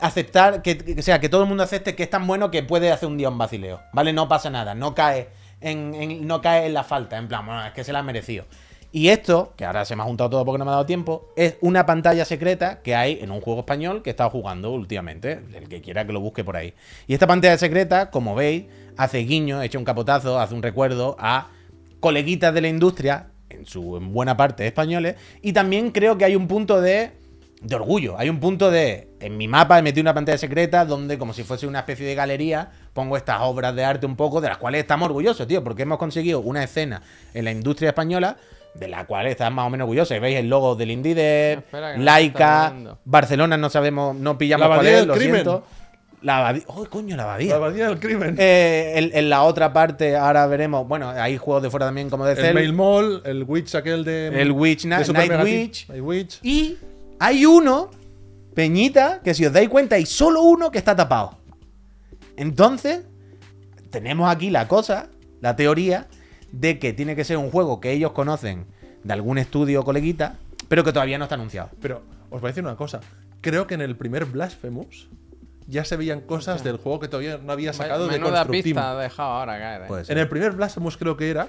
Speaker 1: aceptar, que, que- o sea, que todo el mundo acepte que es tan bueno que puede hacer un día un vacileo, ¿vale? No pasa nada, no cae en, en- no cae en la falta, en plan, bueno, es que se la ha merecido. Y esto, que ahora se me ha juntado todo porque no me ha dado tiempo, es una pantalla secreta que hay en un juego español que he estado jugando últimamente, el que quiera que lo busque por ahí. Y esta pantalla secreta, como veis, hace guiño, echa un capotazo, hace un recuerdo a coleguitas de la industria, en su en buena parte españoles, y también creo que hay un punto de, de orgullo, hay un punto de, en mi mapa he metido una pantalla secreta donde como si fuese una especie de galería, pongo estas obras de arte un poco de las cuales estamos orgullosos, tío, porque hemos conseguido una escena en la industria española de la cual estás más o menos orgulloso. Y veis el logo del Indide,
Speaker 2: Espera, que no está
Speaker 1: Laika,
Speaker 2: mirando.
Speaker 1: Barcelona, no sabemos, no pillamos
Speaker 5: La
Speaker 1: cuál
Speaker 5: abadía
Speaker 1: es,
Speaker 5: del
Speaker 1: lo
Speaker 5: crimen.
Speaker 1: siento. La abadía. ¡Oh, coño, la abadía!
Speaker 5: La abadía del crimen.
Speaker 1: Eh, en, en la otra parte, ahora veremos. Bueno, hay juegos de fuera también como de
Speaker 5: el
Speaker 1: Cell.
Speaker 5: Mail Mall, el Witch aquel de.
Speaker 1: El Witch,
Speaker 5: de
Speaker 1: Night-
Speaker 5: Super
Speaker 1: Night
Speaker 5: Mega Tip.
Speaker 1: Witch.
Speaker 5: Night Witch.
Speaker 1: Y hay uno, Peñita, que si os dais cuenta, hay solo uno que está tapado. Entonces, tenemos aquí la cosa, la teoría, de que tiene que ser un juego que ellos conocen de algún estudio o coleguita, pero que todavía no está anunciado.
Speaker 5: Pero os voy a decir una cosa. Creo que en el primer Blasphemous ya se veían cosas del juego que todavía no había sacado de
Speaker 2: Menuda
Speaker 5: Constructim.
Speaker 2: pista ha dejado ahora caer. eh.
Speaker 1: Pues sí.
Speaker 5: En el primer Blasphemous creo que era.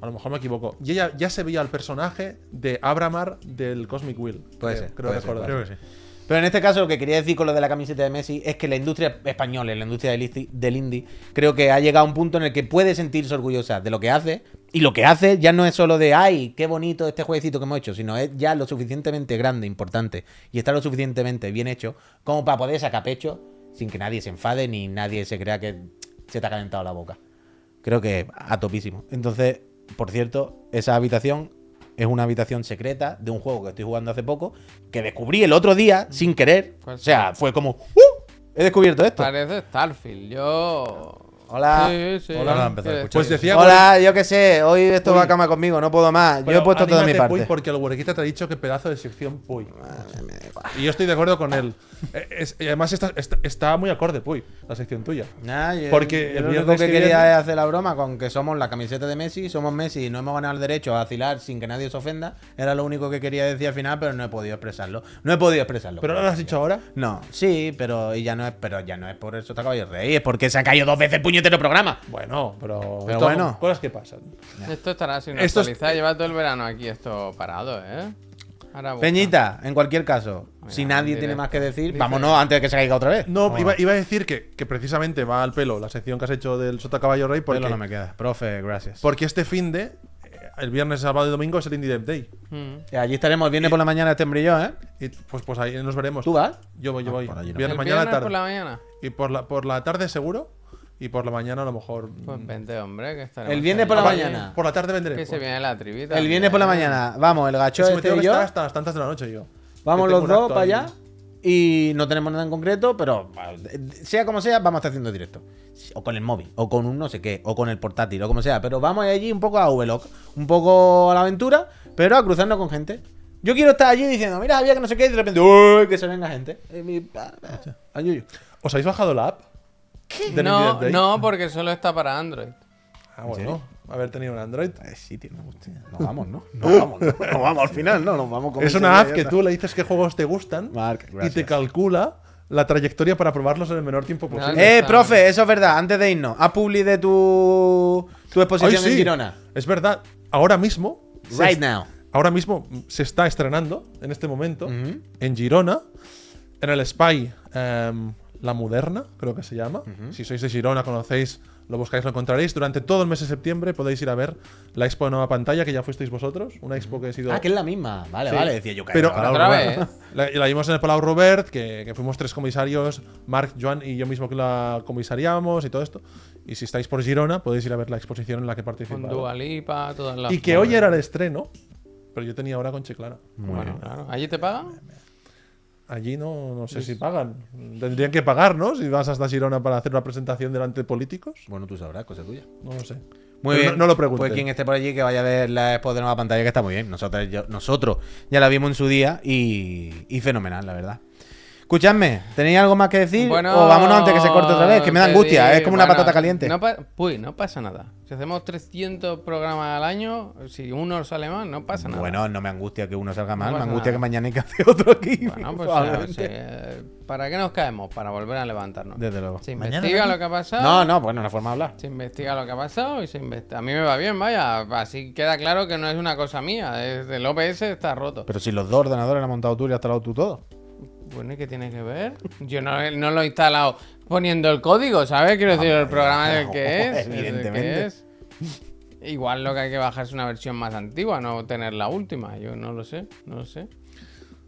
Speaker 5: A lo mejor me equivoco. Y ella ya se veía el personaje de Abramar del Cosmic Will.
Speaker 1: Puede
Speaker 5: creo,
Speaker 1: ser,
Speaker 5: Creo
Speaker 1: puede ser,
Speaker 5: recordar.
Speaker 3: Creo que sí.
Speaker 1: Pero en este caso, lo que quería decir con lo de la camiseta de Messi es que la industria española, la industria del, isti- del indie, creo que ha llegado a un punto en el que puede sentirse orgullosa de lo que hace. Y lo que hace ya no es solo de, ay, qué bonito este jueguecito que hemos hecho, sino es ya lo suficientemente grande, importante, y está lo suficientemente bien hecho como para poder sacar pecho sin que nadie se enfade ni nadie se crea que se te ha calentado la boca. Creo que a topísimo. Entonces, por cierto, esa habitación es una habitación secreta de un juego que estoy jugando hace poco, que descubrí el otro día
Speaker 5: Mm.
Speaker 1: sin querer.
Speaker 2: ¿Cuál?
Speaker 1: O sea, fue como, ¡Uh! He descubierto esto.
Speaker 2: Parece Starfield. Yo.
Speaker 1: Hola.
Speaker 2: Sí, Eh, sí.
Speaker 4: Hola, empezar a
Speaker 2: quiero
Speaker 4: escuchar.
Speaker 5: Pues
Speaker 2: decir-
Speaker 5: decía.
Speaker 1: Hola, yo qué sé, hoy esto
Speaker 5: Uy.
Speaker 1: va a cama conmigo, no puedo más. Yo he
Speaker 5: Pero
Speaker 1: puesto todo de mi
Speaker 5: anímate, Puy,
Speaker 1: parte.
Speaker 5: porque el huerquita te ha dicho que pedazo de sección Puy. Y yo estoy de acuerdo con él. Eh, es- y además está, está- está muy acorde, Puy, la sección tuya.
Speaker 1: Nah, yo-
Speaker 5: Porque
Speaker 1: yo
Speaker 5: el
Speaker 1: lo único
Speaker 5: viernes
Speaker 1: que
Speaker 5: que
Speaker 1: quería
Speaker 5: viene-
Speaker 1: es hacer la broma con que somos la camiseta de Messi, somos Messi y no hemos ganado el derecho a vacilar sin que nadie se ofenda. Era lo único que quería decir al final, pero no he podido expresarlo. No he podido expresarlo.
Speaker 5: Pero no lo has dicho ahora.
Speaker 1: No, sí, pero y ya no es, pero ya no es por eso te acabo de reír, es porque se ha caído dos veces el puñetero programa.
Speaker 5: Bueno, pero.
Speaker 1: Pero
Speaker 5: esto-
Speaker 1: bueno.
Speaker 5: Cosas que pasan.
Speaker 2: Esto estará sin
Speaker 5: Esto es-
Speaker 1: eh,
Speaker 2: actualizar. Lleva todo el verano aquí esto parado, ¿eh? Ahora busca.
Speaker 1: Peñita, en cualquier caso,
Speaker 2: Mira,
Speaker 1: si nadie
Speaker 2: en
Speaker 1: tiene más que
Speaker 2: directo.
Speaker 1: decir,
Speaker 2: Dice-
Speaker 1: vámonos antes de que se caiga otra vez.
Speaker 5: No, iba, iba a decir que, que precisamente va al pelo la sección que has hecho del Sota Caballo Rey porque,
Speaker 1: Pelo no me queda. Profe, gracias.
Speaker 5: porque este fin de, el viernes, sábado y domingo es el Indie Dev Day.
Speaker 2: Mm.
Speaker 1: Y Allí estaremos, viene por la mañana este embrillo, ¿eh?
Speaker 5: Y pues, pues ahí nos veremos.
Speaker 1: ¿Tú vas? Ah,
Speaker 5: Yo voy, yo voy.
Speaker 1: por allí no.
Speaker 5: viernes,
Speaker 2: El
Speaker 5: mañana,
Speaker 2: viernes
Speaker 5: tarde.
Speaker 2: por la mañana.
Speaker 5: Y por la, por la tarde seguro. Y por la mañana a lo mejor.
Speaker 2: Pues
Speaker 5: mm,
Speaker 2: vente, hombre, que estaremos
Speaker 1: El viernes por la
Speaker 2: allí.
Speaker 5: Ah, vale,
Speaker 1: mañana.
Speaker 5: Por la tarde vendré.
Speaker 2: Que se
Speaker 5: Pues,
Speaker 2: viene la trivita.
Speaker 1: El viernes por la
Speaker 2: hombre.
Speaker 1: mañana. Vamos, el gacho
Speaker 5: ese me
Speaker 1: este
Speaker 5: tengo
Speaker 1: y
Speaker 5: que
Speaker 1: yo.
Speaker 5: estar hasta las tantas de la noche yo.
Speaker 1: Vamos
Speaker 5: Que tengo
Speaker 1: los
Speaker 5: un
Speaker 1: dos
Speaker 5: acto
Speaker 1: para
Speaker 5: ahí.
Speaker 1: allá. Y no tenemos nada en concreto, pero bah, sea como sea, vamos a estar haciendo directo. O con el móvil, o con un no sé qué, o con el portátil, o como sea. Pero vamos allí un poco a VLOC, un poco a la aventura, pero a cruzarnos con gente. Yo quiero estar allí diciendo, mira, había que no sé qué, y de repente, uy, que se venga gente. Y mi pa- pa- ayuyo.
Speaker 5: ¿Os habéis bajado la app? del Indie Dev
Speaker 2: No,
Speaker 5: Day?
Speaker 2: no, porque solo está para Android.
Speaker 5: Ah, bueno. Haber tenido un Android.
Speaker 1: Eh, sí, tío, no, hostia, nos vamos, ¿no? Nos vamos, ¿no? Nos vamos al final, ¿no? Nos vamos con
Speaker 5: Es
Speaker 1: ese
Speaker 5: una
Speaker 1: día
Speaker 5: app
Speaker 1: ya
Speaker 5: que
Speaker 1: está.
Speaker 5: tú le dices qué juegos te gustan
Speaker 1: Marc,
Speaker 5: y te
Speaker 1: gracias.
Speaker 5: calcula la trayectoria para probarlos en el menor tiempo posible.
Speaker 2: Dale.
Speaker 1: Eh, profe, eso es verdad. Antes de irnos, haz publi de tu, tu
Speaker 5: Hoy
Speaker 1: exposición
Speaker 5: sí,
Speaker 1: en Girona.
Speaker 5: Es verdad, ahora mismo. se
Speaker 1: Right
Speaker 5: est-
Speaker 1: now.
Speaker 5: Ahora mismo mm, se está estrenando, en este momento,
Speaker 1: Ujú.
Speaker 5: en Girona, en el Spy em, La Moderna, creo que se llama. Si sois de Girona, conocéis, lo buscáis, lo encontraréis. Durante todo el mes de septiembre podéis ir a ver la expo de nueva pantalla, que ya fuisteis vosotros. Una expo que ha sido.
Speaker 1: Ah, que es la misma. Vale,
Speaker 5: Sí.
Speaker 1: vale. Decía yo que
Speaker 5: Pero-
Speaker 1: era-
Speaker 2: Otra vez.
Speaker 5: La, la vimos en el Palau Robert, que, que fuimos tres comisarios, Marc, Joan y yo mismo que la comisariamos y todo esto. Y si estáis por Girona, podéis ir a ver la exposición en la que
Speaker 2: Con
Speaker 5: participamos.
Speaker 2: Dualipa, todas las.
Speaker 5: Y que hoy era el estreno, pero yo tenía ahora con Chiclana.
Speaker 2: Bueno, claro. ¿Allí te pagan?
Speaker 5: Allí no, no sé si pagan. Tendrían que pagar, ¿no? Si vas hasta Girona para hacer una presentación delante de políticos.
Speaker 1: Bueno, tú sabrás, cosa tuya.
Speaker 5: No lo sé.
Speaker 1: Muy
Speaker 5: Pero
Speaker 1: bien.
Speaker 5: No, no lo preguntes.
Speaker 1: Pues quien esté por allí que vaya a ver la expo de nueva pantalla, que está muy bien. Nosotros, yo- nosotros ya la vimos en su día y, y fenomenal, la verdad. Escuchadme, ¿tenéis algo más que decir?
Speaker 2: Bueno,
Speaker 1: o vámonos antes que se corte otra vez, que me da
Speaker 2: te
Speaker 1: angustia, ¿eh?
Speaker 2: di-
Speaker 1: es como una
Speaker 2: bueno,
Speaker 1: patata caliente.
Speaker 2: No pa- pues no pasa nada. Si hacemos 300 programas al año, si uno sale mal, no pasa nada.
Speaker 1: bueno, no me angustia que uno salga mal, me
Speaker 2: pasa
Speaker 1: angustia
Speaker 2: nada.
Speaker 1: que mañana hay que hacer otro aquí.
Speaker 2: Bueno, pues
Speaker 1: probablemente.
Speaker 2: sí, eh, ¿para qué nos caemos? Para volver a levantarnos.
Speaker 1: Desde luego.
Speaker 2: Se
Speaker 4: Mañana
Speaker 2: investiga
Speaker 4: no.
Speaker 2: lo que ha pasado.
Speaker 1: No, no, bueno, una forma de hablar.
Speaker 2: Se investiga lo que ha pasado y se investiga. A mí me va bien, vaya. Así queda claro que no es una cosa mía. es- El OBS está roto.
Speaker 1: Pero si los dos ordenadores los has montado tú y los has instalado tú todo.
Speaker 2: Bueno, ¿y qué tiene que ver? Yo no, no lo he instalado poniendo el código, ¿sabes? Quiero decir, el programa del que es. el del que
Speaker 1: Ah, Evidentemente.
Speaker 2: es. Igual lo que hay que bajar es una versión más antigua, no tener la última. Yo no lo sé, no lo sé.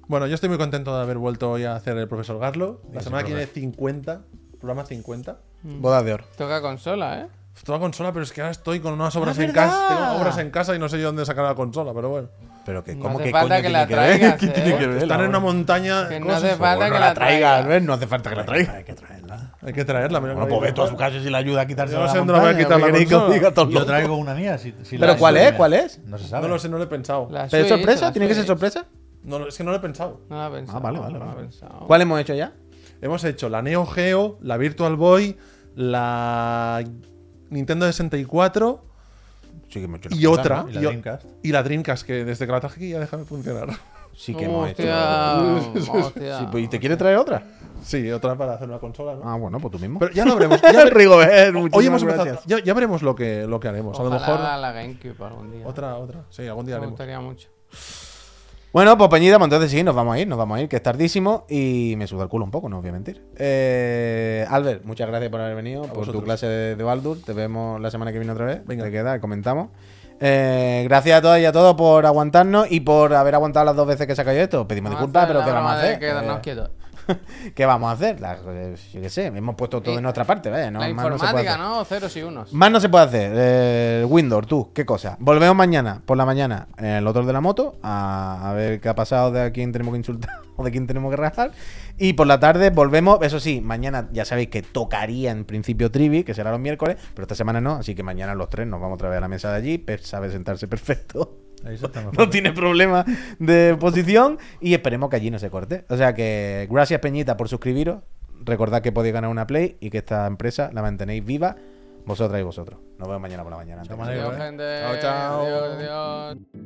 Speaker 5: Bueno, yo estoy muy contento de haber vuelto hoy a hacer el profesor Garlo. La semana que viene 50, programa 50.
Speaker 2: Mm.
Speaker 1: Boda de oro.
Speaker 2: Toca consola, ¿eh?
Speaker 5: Toda consola, pero es que ahora estoy con unas obras en casa. Tengo obras en casa y no sé yo dónde sacar la consola, pero bueno.
Speaker 1: Pero que,
Speaker 2: No
Speaker 1: ¿cómo
Speaker 2: hace
Speaker 1: que coño
Speaker 2: falta que
Speaker 1: tiene
Speaker 2: la
Speaker 1: que ver?
Speaker 2: traigas,
Speaker 1: ¿Qué
Speaker 2: ¿eh?
Speaker 1: tiene que ver?
Speaker 5: Están en
Speaker 1: la
Speaker 5: una montaña. de
Speaker 2: Que no
Speaker 5: cosas.
Speaker 2: hace falta
Speaker 1: Bueno,
Speaker 2: que
Speaker 1: la,
Speaker 2: la
Speaker 1: traiga,
Speaker 2: traiga.
Speaker 1: Albert, no hace falta que la traiga.
Speaker 4: Hay que traerla.
Speaker 5: Hay que traerla, mira.
Speaker 1: Bueno,
Speaker 5: cómo
Speaker 1: pues ve tú a su
Speaker 5: dice.
Speaker 1: casa si le ayuda a quitarse
Speaker 5: Yo no
Speaker 1: la
Speaker 5: sé dónde la voy a
Speaker 1: montaña,
Speaker 5: quitar la
Speaker 1: ¿qué queréis que os
Speaker 5: consola?
Speaker 1: diga a todos
Speaker 4: Yo
Speaker 1: los-
Speaker 4: traigo una mía. Si, si
Speaker 1: ¿Pero
Speaker 4: la-
Speaker 1: cuál
Speaker 4: si
Speaker 1: es?
Speaker 4: la-
Speaker 1: ¿Cuál es?
Speaker 4: No se sabe.
Speaker 5: No lo sé, no lo he pensado.
Speaker 1: ¿Pero
Speaker 2: La
Speaker 1: es
Speaker 2: Switch,
Speaker 1: sorpresa?
Speaker 2: la
Speaker 1: ¿Tiene que ser
Speaker 2: Switch.
Speaker 1: sorpresa? Ah,
Speaker 5: No lo- es que no lo he pensado.
Speaker 2: No la he pensado.
Speaker 1: vale, vale,
Speaker 2: no la he
Speaker 1: vale.
Speaker 2: pensado.
Speaker 1: ¿Cuál hemos hecho ya?
Speaker 5: Hemos hecho la Neo Geo, la Virtual Boy, la Nintendo 64
Speaker 1: Sí que hemos hecho
Speaker 5: y otra.
Speaker 4: ¿no? Y la
Speaker 5: o-
Speaker 4: Dreamcast.
Speaker 5: y la Dreamcast, que desde que la traje aquí ya deja de funcionar.
Speaker 1: Sí que hemos hecho.
Speaker 2: Hostia, hostia.
Speaker 1: Sí, pues, ¿Y te quiere traer otra?
Speaker 5: Sí, otra para hacer una consola, ¿no?
Speaker 1: Ah, bueno, pues tú mismo.
Speaker 5: Pero ya lo veremos. Ya, vere-
Speaker 1: Rigobert,
Speaker 5: hoy
Speaker 1: muchísimas
Speaker 5: hemos empezado.
Speaker 1: gracias.
Speaker 5: Ya, ya veremos lo que, lo que haremos.
Speaker 2: Ojalá
Speaker 5: a lo mejor.
Speaker 2: haga la GameCube algún día.
Speaker 5: Otra, otra. Sí, algún día
Speaker 2: Me
Speaker 5: haremos.
Speaker 2: gustaría mucho.
Speaker 1: Bueno, pues Peñita, pues entonces sí, nos vamos a ir, nos vamos a ir, que es tardísimo y me suda el culo un poco, no os voy a mentir. Eh, Albert, muchas gracias por haber venido, por tu
Speaker 5: vosotros.
Speaker 1: clase de, de Baldur. Te vemos la semana que viene otra vez.
Speaker 5: Venga.
Speaker 1: Te queda, comentamos. Eh, gracias a todas y a todos por aguantarnos y por haber aguantado las dos veces que se ha caído esto. Pedimos disculpas, pero ¿qué vamos a hacer?
Speaker 2: Quedarnos
Speaker 1: Eh,
Speaker 2: quietos.
Speaker 1: ¿Qué vamos a hacer? La- eh, yo qué sé, hemos puesto todo
Speaker 2: Sí.
Speaker 1: de nuestra parte, vaya, no,
Speaker 2: la
Speaker 1: más no se puede
Speaker 2: informática,
Speaker 1: hacer.
Speaker 2: ¿no? Ceros y unos.
Speaker 1: Más no se puede hacer. Eh, Windows, tú, qué cosa. Volvemos mañana, por la mañana, en el otro de la moto, a, a ver qué ha pasado, de a quién tenemos que insultar o de quién tenemos que rajar. Y por la tarde volvemos, eso sí, mañana ya sabéis que tocaría en principio Trivi, que será los miércoles, pero esta semana no, así que mañana los tres nos vamos otra vez a la mesa de allí. Pep sabe sentarse perfecto
Speaker 4: Ahí se está mejor.
Speaker 1: no tiene problema de posición y esperemos que allí no se corte. O sea que gracias Peñita por suscribiros. Recordad que podéis ganar una Play y que esta empresa la mantenéis viva vosotras y vosotros. Nos vemos mañana por la mañana. antes que se
Speaker 4: Adiós,
Speaker 2: Adiós,
Speaker 4: eh.
Speaker 2: gente.
Speaker 5: Chao, chao.
Speaker 2: Adiós, adiós.